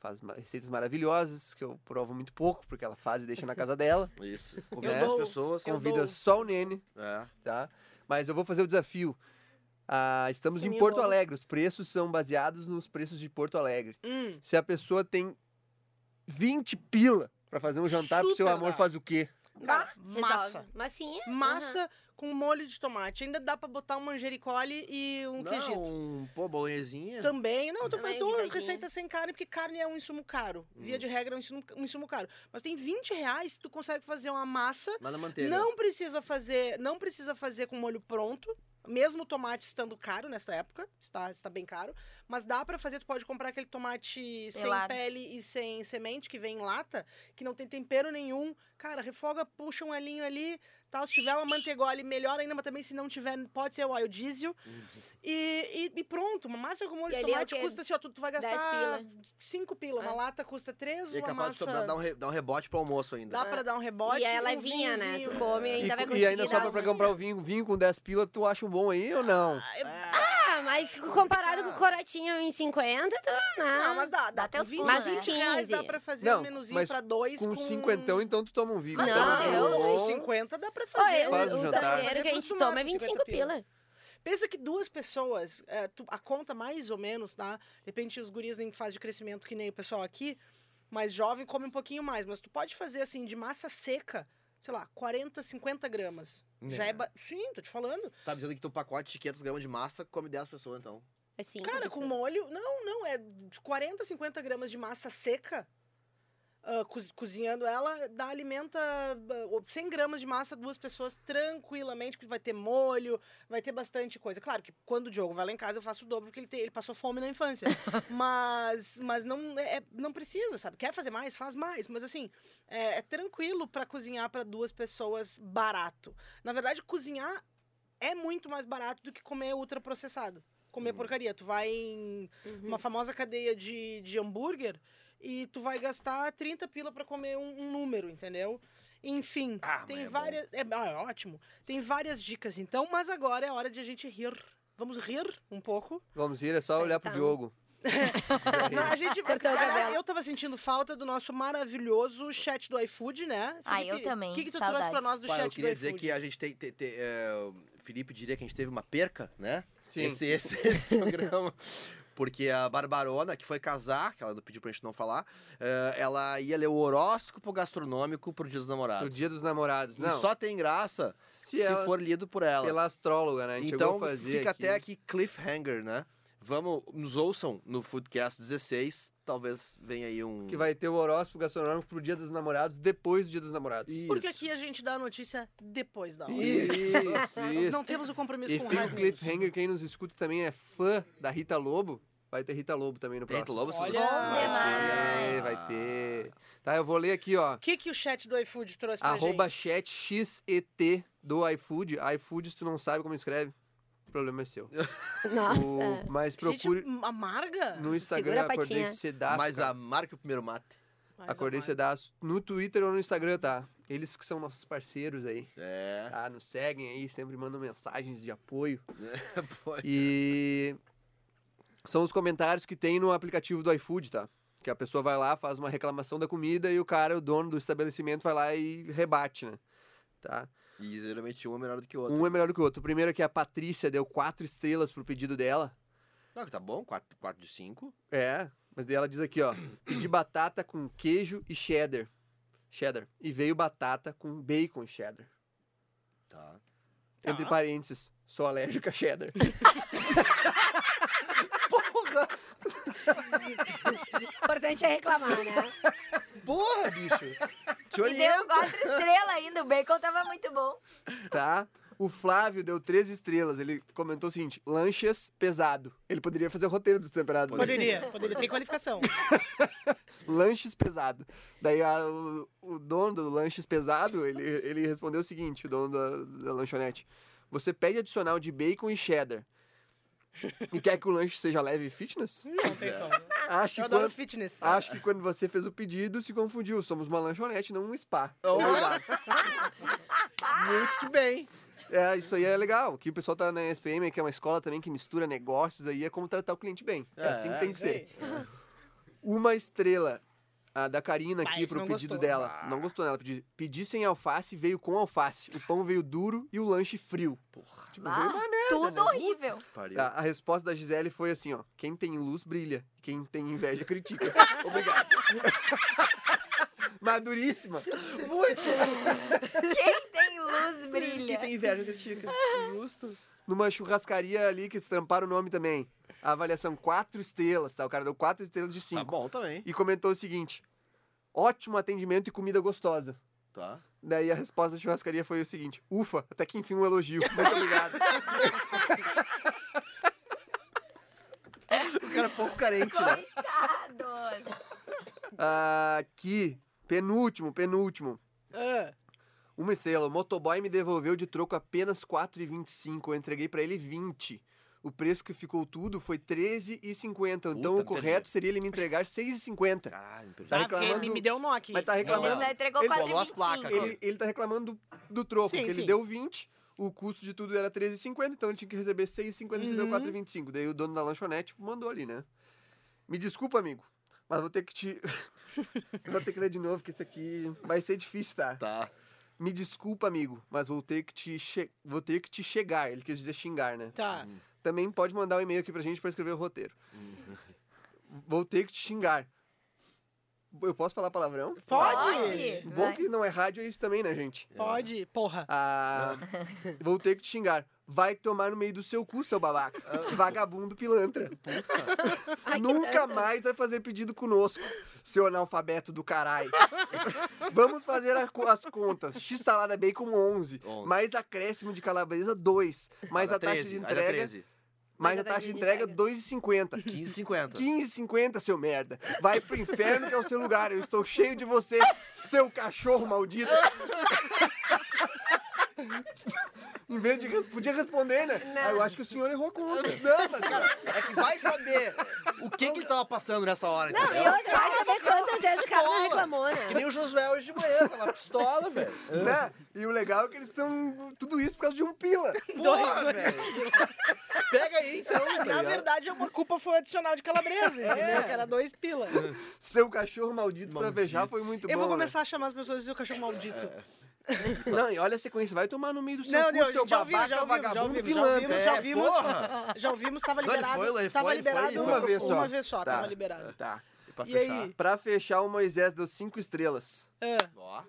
Speaker 3: faz ma- receitas maravilhosas, que eu provo muito pouco, porque ela faz e deixa na casa dela.
Speaker 1: Isso. Convida
Speaker 3: dou.
Speaker 1: as pessoas.
Speaker 2: Eu
Speaker 3: Convida
Speaker 2: dou.
Speaker 3: só o Nene,
Speaker 1: É.
Speaker 3: tá? Mas eu vou fazer o desafio. Ah, estamos
Speaker 6: Sim,
Speaker 3: em
Speaker 6: eu
Speaker 3: Porto
Speaker 6: amo.
Speaker 3: Alegre, os preços são baseados nos preços de Porto Alegre.
Speaker 2: Hum,
Speaker 3: Se a pessoa tem 20 pila pra fazer um jantar pro seu
Speaker 2: Super
Speaker 3: amor,
Speaker 2: dá.
Speaker 3: faz o quê?
Speaker 2: cara,
Speaker 6: Resolve.
Speaker 2: massa.
Speaker 6: Massinha?
Speaker 2: Massa com molho de tomate. Ainda dá pra botar um manjericole e um
Speaker 1: não,
Speaker 2: queijito.
Speaker 1: um, pô, bolonhezinha.
Speaker 2: Também, não, eu tô
Speaker 6: Também,
Speaker 2: falando todas as
Speaker 6: guisadinha.
Speaker 2: receitas sem carne, porque carne é um insumo caro.
Speaker 1: Hum.
Speaker 2: Via de regra, é um insumo, um insumo caro. Mas tem 20 reais, tu consegue fazer uma massa.
Speaker 1: Mas na manteiga.
Speaker 2: Não precisa fazer, não precisa fazer com molho pronto. Mesmo o tomate estando caro nessa época, está, está bem caro. Mas dá pra fazer, tu pode comprar aquele tomate
Speaker 4: Pelado.
Speaker 2: sem pele e sem semente, que vem em lata, que não tem tempero nenhum. Cara, refoga, puxa um alinho ali, tal. Se tiver uma mantegole, melhor ainda, mas também se não tiver, pode ser o óleo diesel. E, e- e pronto, uma massa com molho
Speaker 6: E
Speaker 2: de
Speaker 6: ali é o
Speaker 2: tomate
Speaker 6: quê?
Speaker 2: custa assim, ó, tu, tu vai
Speaker 6: 10
Speaker 2: gastar
Speaker 6: pila.
Speaker 2: 5 pila. Uma
Speaker 6: Ah.
Speaker 2: lata custa 3,
Speaker 1: E é
Speaker 2: uma
Speaker 1: capaz de
Speaker 2: massa...
Speaker 1: sobrar, dar um, re- dar um rebote pro almoço ainda.
Speaker 2: Dá pra dar um rebote.
Speaker 6: e ela é
Speaker 2: um
Speaker 6: vinha, né?
Speaker 2: vinhozinho.
Speaker 6: Tu come e ainda
Speaker 3: e,
Speaker 6: vai
Speaker 3: co-
Speaker 6: conseguir.
Speaker 3: e ainda
Speaker 6: dar
Speaker 3: sobra
Speaker 6: um-
Speaker 3: pra comprar o vinho. Vinho com 10 pila, tu acha um bom aí ou não?
Speaker 6: Ah, mas comparado com o corotinho em 50, tá, né?
Speaker 2: Ah. Não, Ah, mas dá.
Speaker 4: Dá
Speaker 2: Dá
Speaker 4: até
Speaker 2: com
Speaker 4: os
Speaker 2: 20,
Speaker 4: pulos, né?
Speaker 2: mas 20 reais dá
Speaker 6: 15.
Speaker 2: pra fazer
Speaker 3: Não,
Speaker 2: um menuzinho
Speaker 3: mas
Speaker 2: pra dois.
Speaker 3: Com 50, então tu toma um vinho.
Speaker 4: Mas
Speaker 3: Toma
Speaker 6: não,
Speaker 2: é
Speaker 3: um vinho
Speaker 6: Ah, eu-
Speaker 2: Com
Speaker 3: bom.
Speaker 2: 50 dá pra fazer.
Speaker 6: Olha,
Speaker 3: Faz
Speaker 6: o,
Speaker 3: um
Speaker 6: o
Speaker 3: jantar.
Speaker 6: tabuleiro que a gente
Speaker 2: Fazer
Speaker 6: toma é
Speaker 2: acostumado com
Speaker 6: 25
Speaker 2: 50
Speaker 6: pila.
Speaker 2: Pensa que duas pessoas, é, tu- a conta mais ou menos, tá? De repente os guris em fase de crescimento, que nem o pessoal aqui, mais jovem, come um pouquinho mais. Mas tu pode fazer, assim, de massa seca, sei lá, 40, 50 gramas. Já
Speaker 1: É.
Speaker 2: é... ba- Sim, tô te falando.
Speaker 1: Tá dizendo que teu pacote de 500 gramas de massa come 10 pessoas, então.
Speaker 6: Assim,
Speaker 2: Cara, com molho. Não, não. É 40, 50 gramas de massa seca. ah, coz- cozinhando ela, dá, alimenta ah, ou 100 gramas de massa, duas pessoas tranquilamente, porque vai ter molho, vai ter bastante coisa. Claro que quando o Diogo vai lá em casa, eu faço o dobro, porque ele, tem- ele passou fome na infância. mas mas não, é, não precisa, sabe? Quer fazer mais? Faz mais. Mas assim, é, é tranquilo pra cozinhar pra duas pessoas barato. Na verdade, cozinhar é muito mais barato do que comer ultraprocessado. Comer
Speaker 1: Uhum.
Speaker 2: porcaria. Tu vai em uma famosa cadeia de, de hambúrguer e tu vai gastar 30 pila pra comer um, um número, entendeu? Enfim,
Speaker 1: Ah, mas
Speaker 2: tem
Speaker 1: é bom.
Speaker 2: várias. É, ah, é ótimo. Tem várias dicas, então, mas agora é hora de a gente rir. Vamos rir um pouco.
Speaker 3: Vamos ir, é só olhar pro
Speaker 6: Então.
Speaker 3: Diogo. Quiser
Speaker 2: Não,
Speaker 3: rir.
Speaker 2: a gente,
Speaker 6: Cortou o
Speaker 2: Aliás,
Speaker 6: cabelo.
Speaker 2: eu tava sentindo falta do nosso maravilhoso chat do iFood, né?
Speaker 4: Ah, eu também,
Speaker 2: O que, que tu
Speaker 4: saudades.
Speaker 2: trouxe pra nós do
Speaker 1: Pai,
Speaker 2: chat
Speaker 1: eu queria
Speaker 2: do
Speaker 1: dizer
Speaker 2: iFood?
Speaker 1: que a gente tem. tem- tem- é, o Felipe diria que a gente teve uma perca, né?
Speaker 3: Sim.
Speaker 1: Esse, esse, esse programa. Porque a Barbarona, que foi casar, que ela pediu pra gente não falar, é, ela ia ler o horóscopo gastronômico pro Dia dos Namorados.
Speaker 3: No dia dos namorados.
Speaker 1: é E
Speaker 3: Não,
Speaker 1: só tem graça se,
Speaker 3: se, ela-
Speaker 1: for lido por ela.
Speaker 3: pela astróloga, né? A gente chegou
Speaker 1: Então
Speaker 3: a fazer
Speaker 1: fica
Speaker 3: aqui.
Speaker 1: até aqui cliffhanger, né? Vamos, nos ouçam no Foodcast 16, talvez venha aí um...
Speaker 3: Que vai ter o horóscopo gastronômico pro dia dos namorados, depois do dia dos namorados.
Speaker 1: é Isso.
Speaker 2: Porque aqui é a gente dá a notícia depois da hora.
Speaker 3: Isso,
Speaker 2: Nós
Speaker 3: isso.
Speaker 2: não temos o compromisso
Speaker 3: E
Speaker 2: com
Speaker 3: fica o
Speaker 2: hard news.
Speaker 3: cliffhanger, quem nos escuta também é fã da Rita Lobo. Vai ter Rita Lobo também no
Speaker 1: Tem
Speaker 3: próximo.
Speaker 1: Lobo,
Speaker 2: Olha! Bom
Speaker 3: Vai ter,
Speaker 4: Demais.
Speaker 3: vai ter. Tá, eu vou ler aqui, ó.
Speaker 2: O que, que o chat do iFood trouxe pra
Speaker 3: Arroba
Speaker 2: gente?
Speaker 3: chat XET do iFood. iFood, se tu não sabe como escreve, o problema é seu.
Speaker 6: Nossa. é.
Speaker 3: O- mas procure
Speaker 2: Gente, amarga?
Speaker 3: no Instagram,
Speaker 6: segura a
Speaker 3: acordei
Speaker 6: patinha.
Speaker 3: sedaço.
Speaker 1: Mas
Speaker 3: cara.
Speaker 1: a marca o primeiro mate.
Speaker 2: Mais
Speaker 3: Acordei
Speaker 2: amarga.
Speaker 3: sedaço no Twitter ou no Instagram, tá? Eles que são nossos parceiros aí.
Speaker 1: É.
Speaker 3: Tá? Nos seguem aí, sempre mandam mensagens de apoio.
Speaker 1: Pô,
Speaker 3: E são os comentários que tem no aplicativo do iFood, tá? Que a pessoa vai lá, faz uma reclamação da comida e o cara, o dono do estabelecimento, vai lá e rebate, né? Tá?
Speaker 1: E geralmente um é melhor do que o outro.
Speaker 3: Um é melhor do que o outro. O primeiro é que a Patrícia deu quatro estrelas pro pedido dela.
Speaker 1: Não, que tá bom, 4 de 5.
Speaker 3: É, mas daí ela diz aqui, ó. Pedi batata com queijo e cheddar. Cheddar. E veio batata com bacon e cheddar.
Speaker 1: Tá.
Speaker 2: Tá.
Speaker 3: Entre parênteses, sou alérgica a cheddar.
Speaker 6: O importante é reclamar, né?
Speaker 1: Porra, bicho! Te
Speaker 4: Me deu
Speaker 1: orienta!
Speaker 4: quatro estrelas ainda, o bacon tava muito bom.
Speaker 3: tá? O Flávio deu três estrelas. Ele comentou o seguinte: lanches pesado. Ele poderia fazer o roteiro dos temperados. né?
Speaker 2: Poderia, poderia ter qualificação.
Speaker 3: Lanches pesado. Daí a- o, o dono do lanches pesado, ele, ele respondeu o seguinte: o dono da, da lanchonete. Você pede adicional de bacon e cheddar. E quer que o lanche seja leve e fitness?
Speaker 2: Não tem como.
Speaker 3: Acho
Speaker 2: Eu
Speaker 3: que,
Speaker 2: adoro
Speaker 3: Tipo, quando,
Speaker 2: fitness. tá?
Speaker 3: acho que quando você fez o pedido, se confundiu. Somos uma lanchonete, não um spa. Obrigado. Ah!
Speaker 1: Muito que bem!
Speaker 3: É, isso aí é legal. Que o pessoal tá na SPM, que é uma escola também que mistura negócios aí, é como tratar o cliente bem. É,
Speaker 1: É,
Speaker 3: assim que tem que
Speaker 2: Isso aí.
Speaker 3: ser. Uma estrela a da Karina
Speaker 2: Pai,
Speaker 3: aqui
Speaker 2: isso
Speaker 3: pro
Speaker 2: Ah, não
Speaker 3: pedido
Speaker 2: gostou. Ah.
Speaker 3: dela. Não gostou dela. Pedi, pedi sem alface, veio com alface. O pão veio duro e o lanche frio.
Speaker 1: Porra,
Speaker 3: Tipo,
Speaker 4: Bah,
Speaker 3: veio uma merda,
Speaker 4: tudo
Speaker 3: né?
Speaker 4: horrível.
Speaker 1: que pariu.
Speaker 3: Tá, a resposta da Gisele foi assim, ó. Quem tem luz, brilha. Quem tem inveja, critica. Obrigado. Maduríssima.
Speaker 4: Quem tem luz brilha.
Speaker 1: inveja, critica. Justo.
Speaker 3: numa churrascaria ali que estamparam o nome também. A avaliação quatro estrelas, tá? O cara deu quatro estrelas de
Speaker 1: Tá
Speaker 3: cinco.
Speaker 1: bom também,
Speaker 3: e comentou o seguinte: ótimo atendimento e comida gostosa.
Speaker 1: tá?
Speaker 3: Daí Né, a resposta da churrascaria foi o seguinte: ufa, até que enfim um elogio. Muito obrigado.
Speaker 1: O cara é pouco carente, né?
Speaker 4: Coitados.
Speaker 3: Aqui, Ah, penúltimo, penúltimo. Tá
Speaker 2: Ah,
Speaker 3: Uma estrela. O motoboy me devolveu de troco apenas 4,25. Eu entreguei pra ele 20. O preço que ficou tudo foi 13,50. Então
Speaker 1: Puta
Speaker 3: o correto seria ele me entregar 6,50.
Speaker 1: Caralho, me
Speaker 3: Tá
Speaker 2: tá,
Speaker 3: reclamando-
Speaker 2: porque me, me deu um nó aqui.
Speaker 3: Mas tá
Speaker 4: Ele
Speaker 3: reclamando.
Speaker 4: só entregou
Speaker 1: Ele bolou as
Speaker 4: 4,25.
Speaker 1: placas
Speaker 3: ele, ele tá reclamando do, do troco,
Speaker 2: Sim,
Speaker 3: porque ele
Speaker 2: sim.
Speaker 3: deu 20, o custo de tudo era 13,50, então ele tinha que receber 6,50 e recebeu
Speaker 2: Uhum.
Speaker 3: 4,25. Daí o dono da lanchonete mandou ali, né? Me desculpa, amigo, mas vou ter que te... vou ter que ler de novo, que isso aqui vai ser difícil, tá?
Speaker 1: Tá.
Speaker 3: Me desculpa, amigo, mas vou ter que te, che... vou ter que te chegar. Ele quis dizer xingar, né?
Speaker 2: Tá.
Speaker 3: Também pode mandar um e-mail aqui pra gente pra escrever o roteiro. Vou ter que te xingar. Eu posso falar palavrão?
Speaker 4: Pode?
Speaker 2: Pode?
Speaker 3: O bom
Speaker 4: Vai.
Speaker 3: que não é rádio é isso também, né, gente?
Speaker 2: Pode, porra.
Speaker 3: Ah, vou ter que te xingar. Vai tomar no meio do seu cu, seu babaca. Vagabundo pilantra.
Speaker 6: Ai, que
Speaker 3: Nunca
Speaker 6: tanta.
Speaker 3: mais vai fazer pedido conosco, seu analfabeto do caralho. Vamos fazer a co- as contas. X salada bacon 11,
Speaker 1: 11.
Speaker 3: mais acréscimo de calabresa 2,
Speaker 1: Vai
Speaker 3: mais
Speaker 1: dar
Speaker 3: a taxa
Speaker 1: 13,
Speaker 3: de
Speaker 1: vai dar
Speaker 3: entrega,
Speaker 1: 13.
Speaker 3: mais a taxa de entrega 2,50.
Speaker 1: 15,50.
Speaker 3: 15,50, seu merda. Vai pro inferno que é o seu lugar. Eu estou cheio de você, seu cachorro maldito. em vez de res- podia responder, né? Ah, eu acho que o senhor errou a conta.
Speaker 1: Não, mas, cara, é que vai saber o que que ele tava passando nessa hora,
Speaker 6: Não, e
Speaker 1: entendeu?
Speaker 6: outra, vai saber quantas vezes o cara não reclamou,
Speaker 1: Que
Speaker 6: né?
Speaker 1: nem o Josué hoje de manhã, tava pistola, velho.
Speaker 3: né? E o legal é que eles estão tudo isso por causa de um pila.
Speaker 1: Porra, velho. Pega aí, então, tá
Speaker 2: Na
Speaker 1: ligado?
Speaker 2: verdade, é uma culpa foi adicional de
Speaker 3: É.
Speaker 2: calabresa, entendeu? Que era dois pila.
Speaker 3: Seu cachorro maldito, pra beijar foi muito bom.
Speaker 2: Eu vou
Speaker 3: né?
Speaker 2: começar a chamar as pessoas de seu cachorro maldito.
Speaker 3: Não, e olha a sequência. Vai tomar no meio do seu
Speaker 2: Não,
Speaker 3: cu,
Speaker 2: não,
Speaker 3: seu
Speaker 2: já
Speaker 3: babaca,
Speaker 2: ouvimos, já ouvimos, já
Speaker 3: vagabundo
Speaker 2: ouvimos, já
Speaker 3: pilantra.
Speaker 2: ouvimos,
Speaker 1: É,
Speaker 2: já ouvimos.
Speaker 1: porra.
Speaker 2: Já ouvimos, tava
Speaker 1: Não, ele
Speaker 2: liberado.
Speaker 1: foi, ele
Speaker 2: tava
Speaker 1: foi, ele foi,
Speaker 2: liberado
Speaker 1: ele
Speaker 3: foi.
Speaker 2: uma vez só. Uma vez só,
Speaker 3: Tá.
Speaker 2: tava liberado.
Speaker 3: Tá.
Speaker 1: Pra
Speaker 2: E
Speaker 1: fechar.
Speaker 2: aí?
Speaker 3: Pra fechar, o Moisés deu cinco estrelas.
Speaker 2: Ah,
Speaker 1: Ó.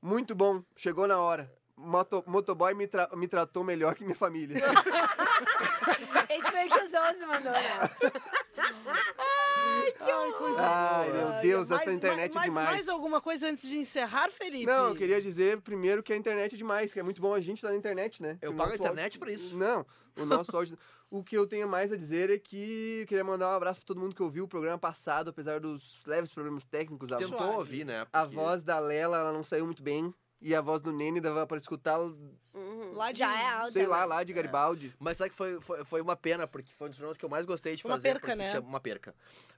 Speaker 3: Muito bom, chegou na hora. Moto- motoboy me, tra- me tratou melhor que minha família.
Speaker 6: Esse foi o que os outros mandou, né?
Speaker 2: Ai, coisa
Speaker 3: Ai,
Speaker 2: boa.
Speaker 3: meu Deus,
Speaker 2: Ai,
Speaker 3: essa
Speaker 2: mais-
Speaker 3: internet
Speaker 2: mais-
Speaker 3: é demais.
Speaker 2: Mais alguma coisa antes de encerrar, Felipe?
Speaker 3: Não, eu queria dizer primeiro que a internet é demais, que é muito bom a gente estar na internet, né? Que
Speaker 1: Eu
Speaker 3: o
Speaker 1: pago a
Speaker 3: nosso
Speaker 1: internet
Speaker 3: áudio-
Speaker 1: pra isso.
Speaker 3: Não, o nosso áudio... O que eu tenho mais a dizer é que eu queria mandar um abraço pra todo mundo que ouviu o programa passado, apesar dos leves problemas técnicos. A,
Speaker 1: Tentou
Speaker 2: Suave.
Speaker 1: ouvir, né?
Speaker 3: Tá a
Speaker 1: porque-
Speaker 3: voz da Lela, ela não saiu muito bem. E a voz do Nene dava pra escutar,
Speaker 6: Uhum.
Speaker 2: Lá de-
Speaker 6: Já é alta.
Speaker 3: sei lá,
Speaker 6: né?
Speaker 3: lá de Garibaldi.
Speaker 1: É. Mas sabe que foi, foi, foi uma pena, porque foi um dos programas que eu mais gostei de
Speaker 2: Uma
Speaker 1: fazer.
Speaker 2: perca,
Speaker 1: porque
Speaker 2: né?
Speaker 1: tinha uma perca.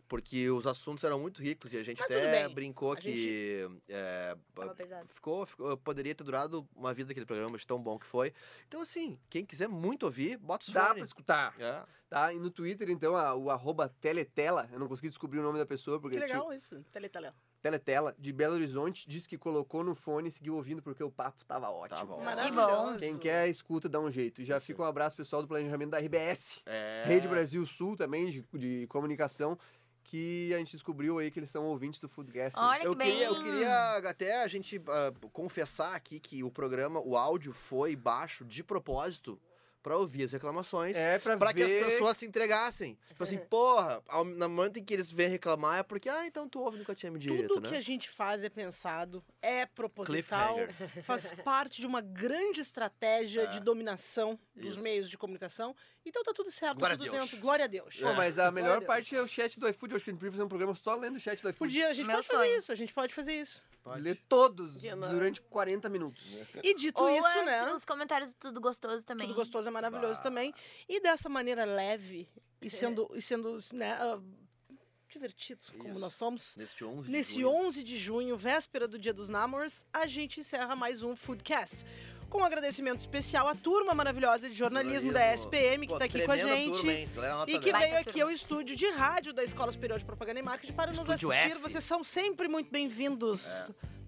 Speaker 1: Porque os assuntos eram muito ricos e a gente
Speaker 2: Mas tudo
Speaker 1: até
Speaker 2: bem.
Speaker 1: brincou
Speaker 2: A
Speaker 1: que. é,
Speaker 6: Tava pesado.
Speaker 1: ficou, ficou- poderia ter durado uma vida aquele programa de tão bom que foi. Então, assim, quem quiser muito ouvir, bota os
Speaker 3: Dá pra
Speaker 1: fones.
Speaker 3: escutar,
Speaker 1: É.
Speaker 3: tá? E no Twitter, então, a- o arroba Teletela, eu não consegui descobrir o nome da pessoa, porque
Speaker 2: Que
Speaker 3: tinha-
Speaker 2: legal isso. Teletele.
Speaker 3: Teletela, de Belo Horizonte, disse que colocou no fone e seguiu ouvindo porque o papo tava ótimo.
Speaker 1: Tava ótimo.
Speaker 2: Maravilhoso.
Speaker 3: Quem quer, escuta, dá um jeito. E já fica um abraço pessoal do planejamento da RBS,
Speaker 1: É.
Speaker 3: Rede Brasil Sul também, de, de comunicação, que a gente descobriu aí que eles são ouvintes do Foodcast.
Speaker 4: Olha que
Speaker 1: Eu queria, eu
Speaker 4: bem.
Speaker 1: queria até a gente ah, confessar aqui que o programa, o áudio foi baixo de propósito pra ouvir as reclamações.
Speaker 3: É, pra,
Speaker 1: Pra que
Speaker 3: ver...
Speaker 1: as pessoas se entregassem. Tipo assim, porra, ao, no momento em que eles vêm reclamar, é porque, ah, então tu ouve, nunca tinha me dito,
Speaker 2: Tudo
Speaker 1: né?
Speaker 2: que a gente faz é pensado, é proposital, faz parte de uma grande estratégia
Speaker 1: É.
Speaker 2: de dominação dos
Speaker 1: Isso.
Speaker 2: meios de comunicação. Então tá tudo certo,
Speaker 1: Glória
Speaker 2: tá
Speaker 1: a
Speaker 2: tudo
Speaker 1: Deus.
Speaker 2: dentro. Glória a Deus.
Speaker 3: Pô, mas a
Speaker 2: Glória a
Speaker 3: melhor
Speaker 2: Deus.
Speaker 3: parte é o chat do iFood. Eu acho que a gente podia fazer um programa só lendo o chat do iFood.
Speaker 2: Podia, a gente
Speaker 4: Meu
Speaker 2: pode
Speaker 4: sonho.
Speaker 2: fazer isso, a gente pode fazer isso.
Speaker 1: Pode.
Speaker 3: Ler todos
Speaker 6: De uma-
Speaker 3: durante 40 minutos.
Speaker 2: E dito
Speaker 4: Ou
Speaker 2: isso,
Speaker 4: as-
Speaker 2: né?
Speaker 4: os comentários do Tudo Gostoso também.
Speaker 2: Tudo gostoso é maravilhoso
Speaker 1: Bah.
Speaker 2: também. E dessa maneira leve e sendo, e sendo né, ah, divertido, como
Speaker 1: Isso.
Speaker 2: nós somos.
Speaker 1: Neste 11 de
Speaker 2: Nesse
Speaker 1: junho.
Speaker 2: 11 de junho, véspera do Dia dos Namoros, a gente encerra mais um Foodcast. Com um agradecimento especial à turma maravilhosa de jornalismo, da
Speaker 1: Jornalismo.
Speaker 2: SPM, que
Speaker 1: Pô,
Speaker 2: está aqui com a
Speaker 1: tremenda
Speaker 2: gente.
Speaker 1: Turma, hein? Galera, nota
Speaker 2: E que
Speaker 1: dez.
Speaker 2: veio
Speaker 4: Baita
Speaker 2: aqui
Speaker 4: turma.
Speaker 2: ao estúdio de rádio da Escola Superior de Propaganda e Marketing para nos
Speaker 1: Estúdio
Speaker 2: assistir.
Speaker 1: F. É.
Speaker 2: Vocês são sempre muito bem-vindos,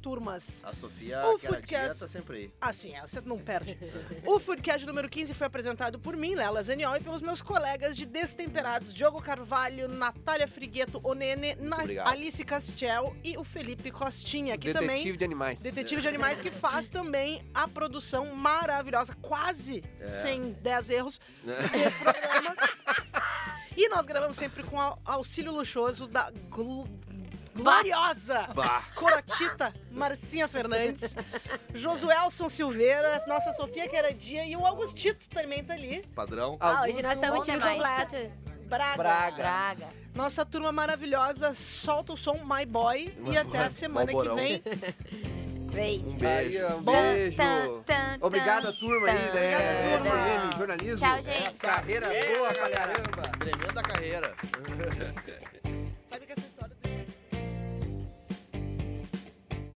Speaker 2: turmas.
Speaker 1: A Sofia,
Speaker 2: O
Speaker 1: que era
Speaker 2: Foodcast.
Speaker 1: dieta, sempre aí.
Speaker 2: Assim, é, você não perde. o Foodcast número 15 foi apresentado por mim, Lela Zaniol, e pelos meus colegas de Destemperados, Diogo Carvalho, Natália Frigueto, Onene, Na-
Speaker 1: obrigado.
Speaker 2: Alice Castiel e o Felipe Costinha, que
Speaker 3: Detetive
Speaker 2: também...
Speaker 3: de animais.
Speaker 2: Detetive de Animais, que faz também a produção maravilhosa, quase sem 10 erros, desse programa. e nós gravamos sempre com au- auxílio luxuoso da glu- gloriosa
Speaker 1: Bah,
Speaker 2: Corotita, Marcinha Fernandes, Josuelson Silveira, nossa Sofia Queradia e o Augustito também tá ali.
Speaker 1: padrão.
Speaker 6: Ah,
Speaker 3: Alguns
Speaker 6: hoje nós estamos
Speaker 4: bom
Speaker 6: o time
Speaker 4: demais.
Speaker 6: completo.
Speaker 2: Braga.
Speaker 3: Braga.
Speaker 4: Braga.
Speaker 2: Nossa turma maravilhosa, solta o som My Boy e
Speaker 1: My
Speaker 2: até a
Speaker 1: Boy,
Speaker 2: semana que
Speaker 1: Balborão.
Speaker 2: vem.
Speaker 6: Beijo.
Speaker 1: Um
Speaker 3: Aí,
Speaker 1: beijo.
Speaker 3: ó, um
Speaker 2: Bom.
Speaker 3: beijo.
Speaker 4: Tan, tan, tan,
Speaker 3: Obrigado a turma aí, né?
Speaker 4: tan,
Speaker 3: SPM,
Speaker 4: tan.
Speaker 3: jornalismo.
Speaker 4: Tchau, gente.
Speaker 2: Ah.
Speaker 3: Carreira boa pra caramba.
Speaker 1: Tremenda carreira.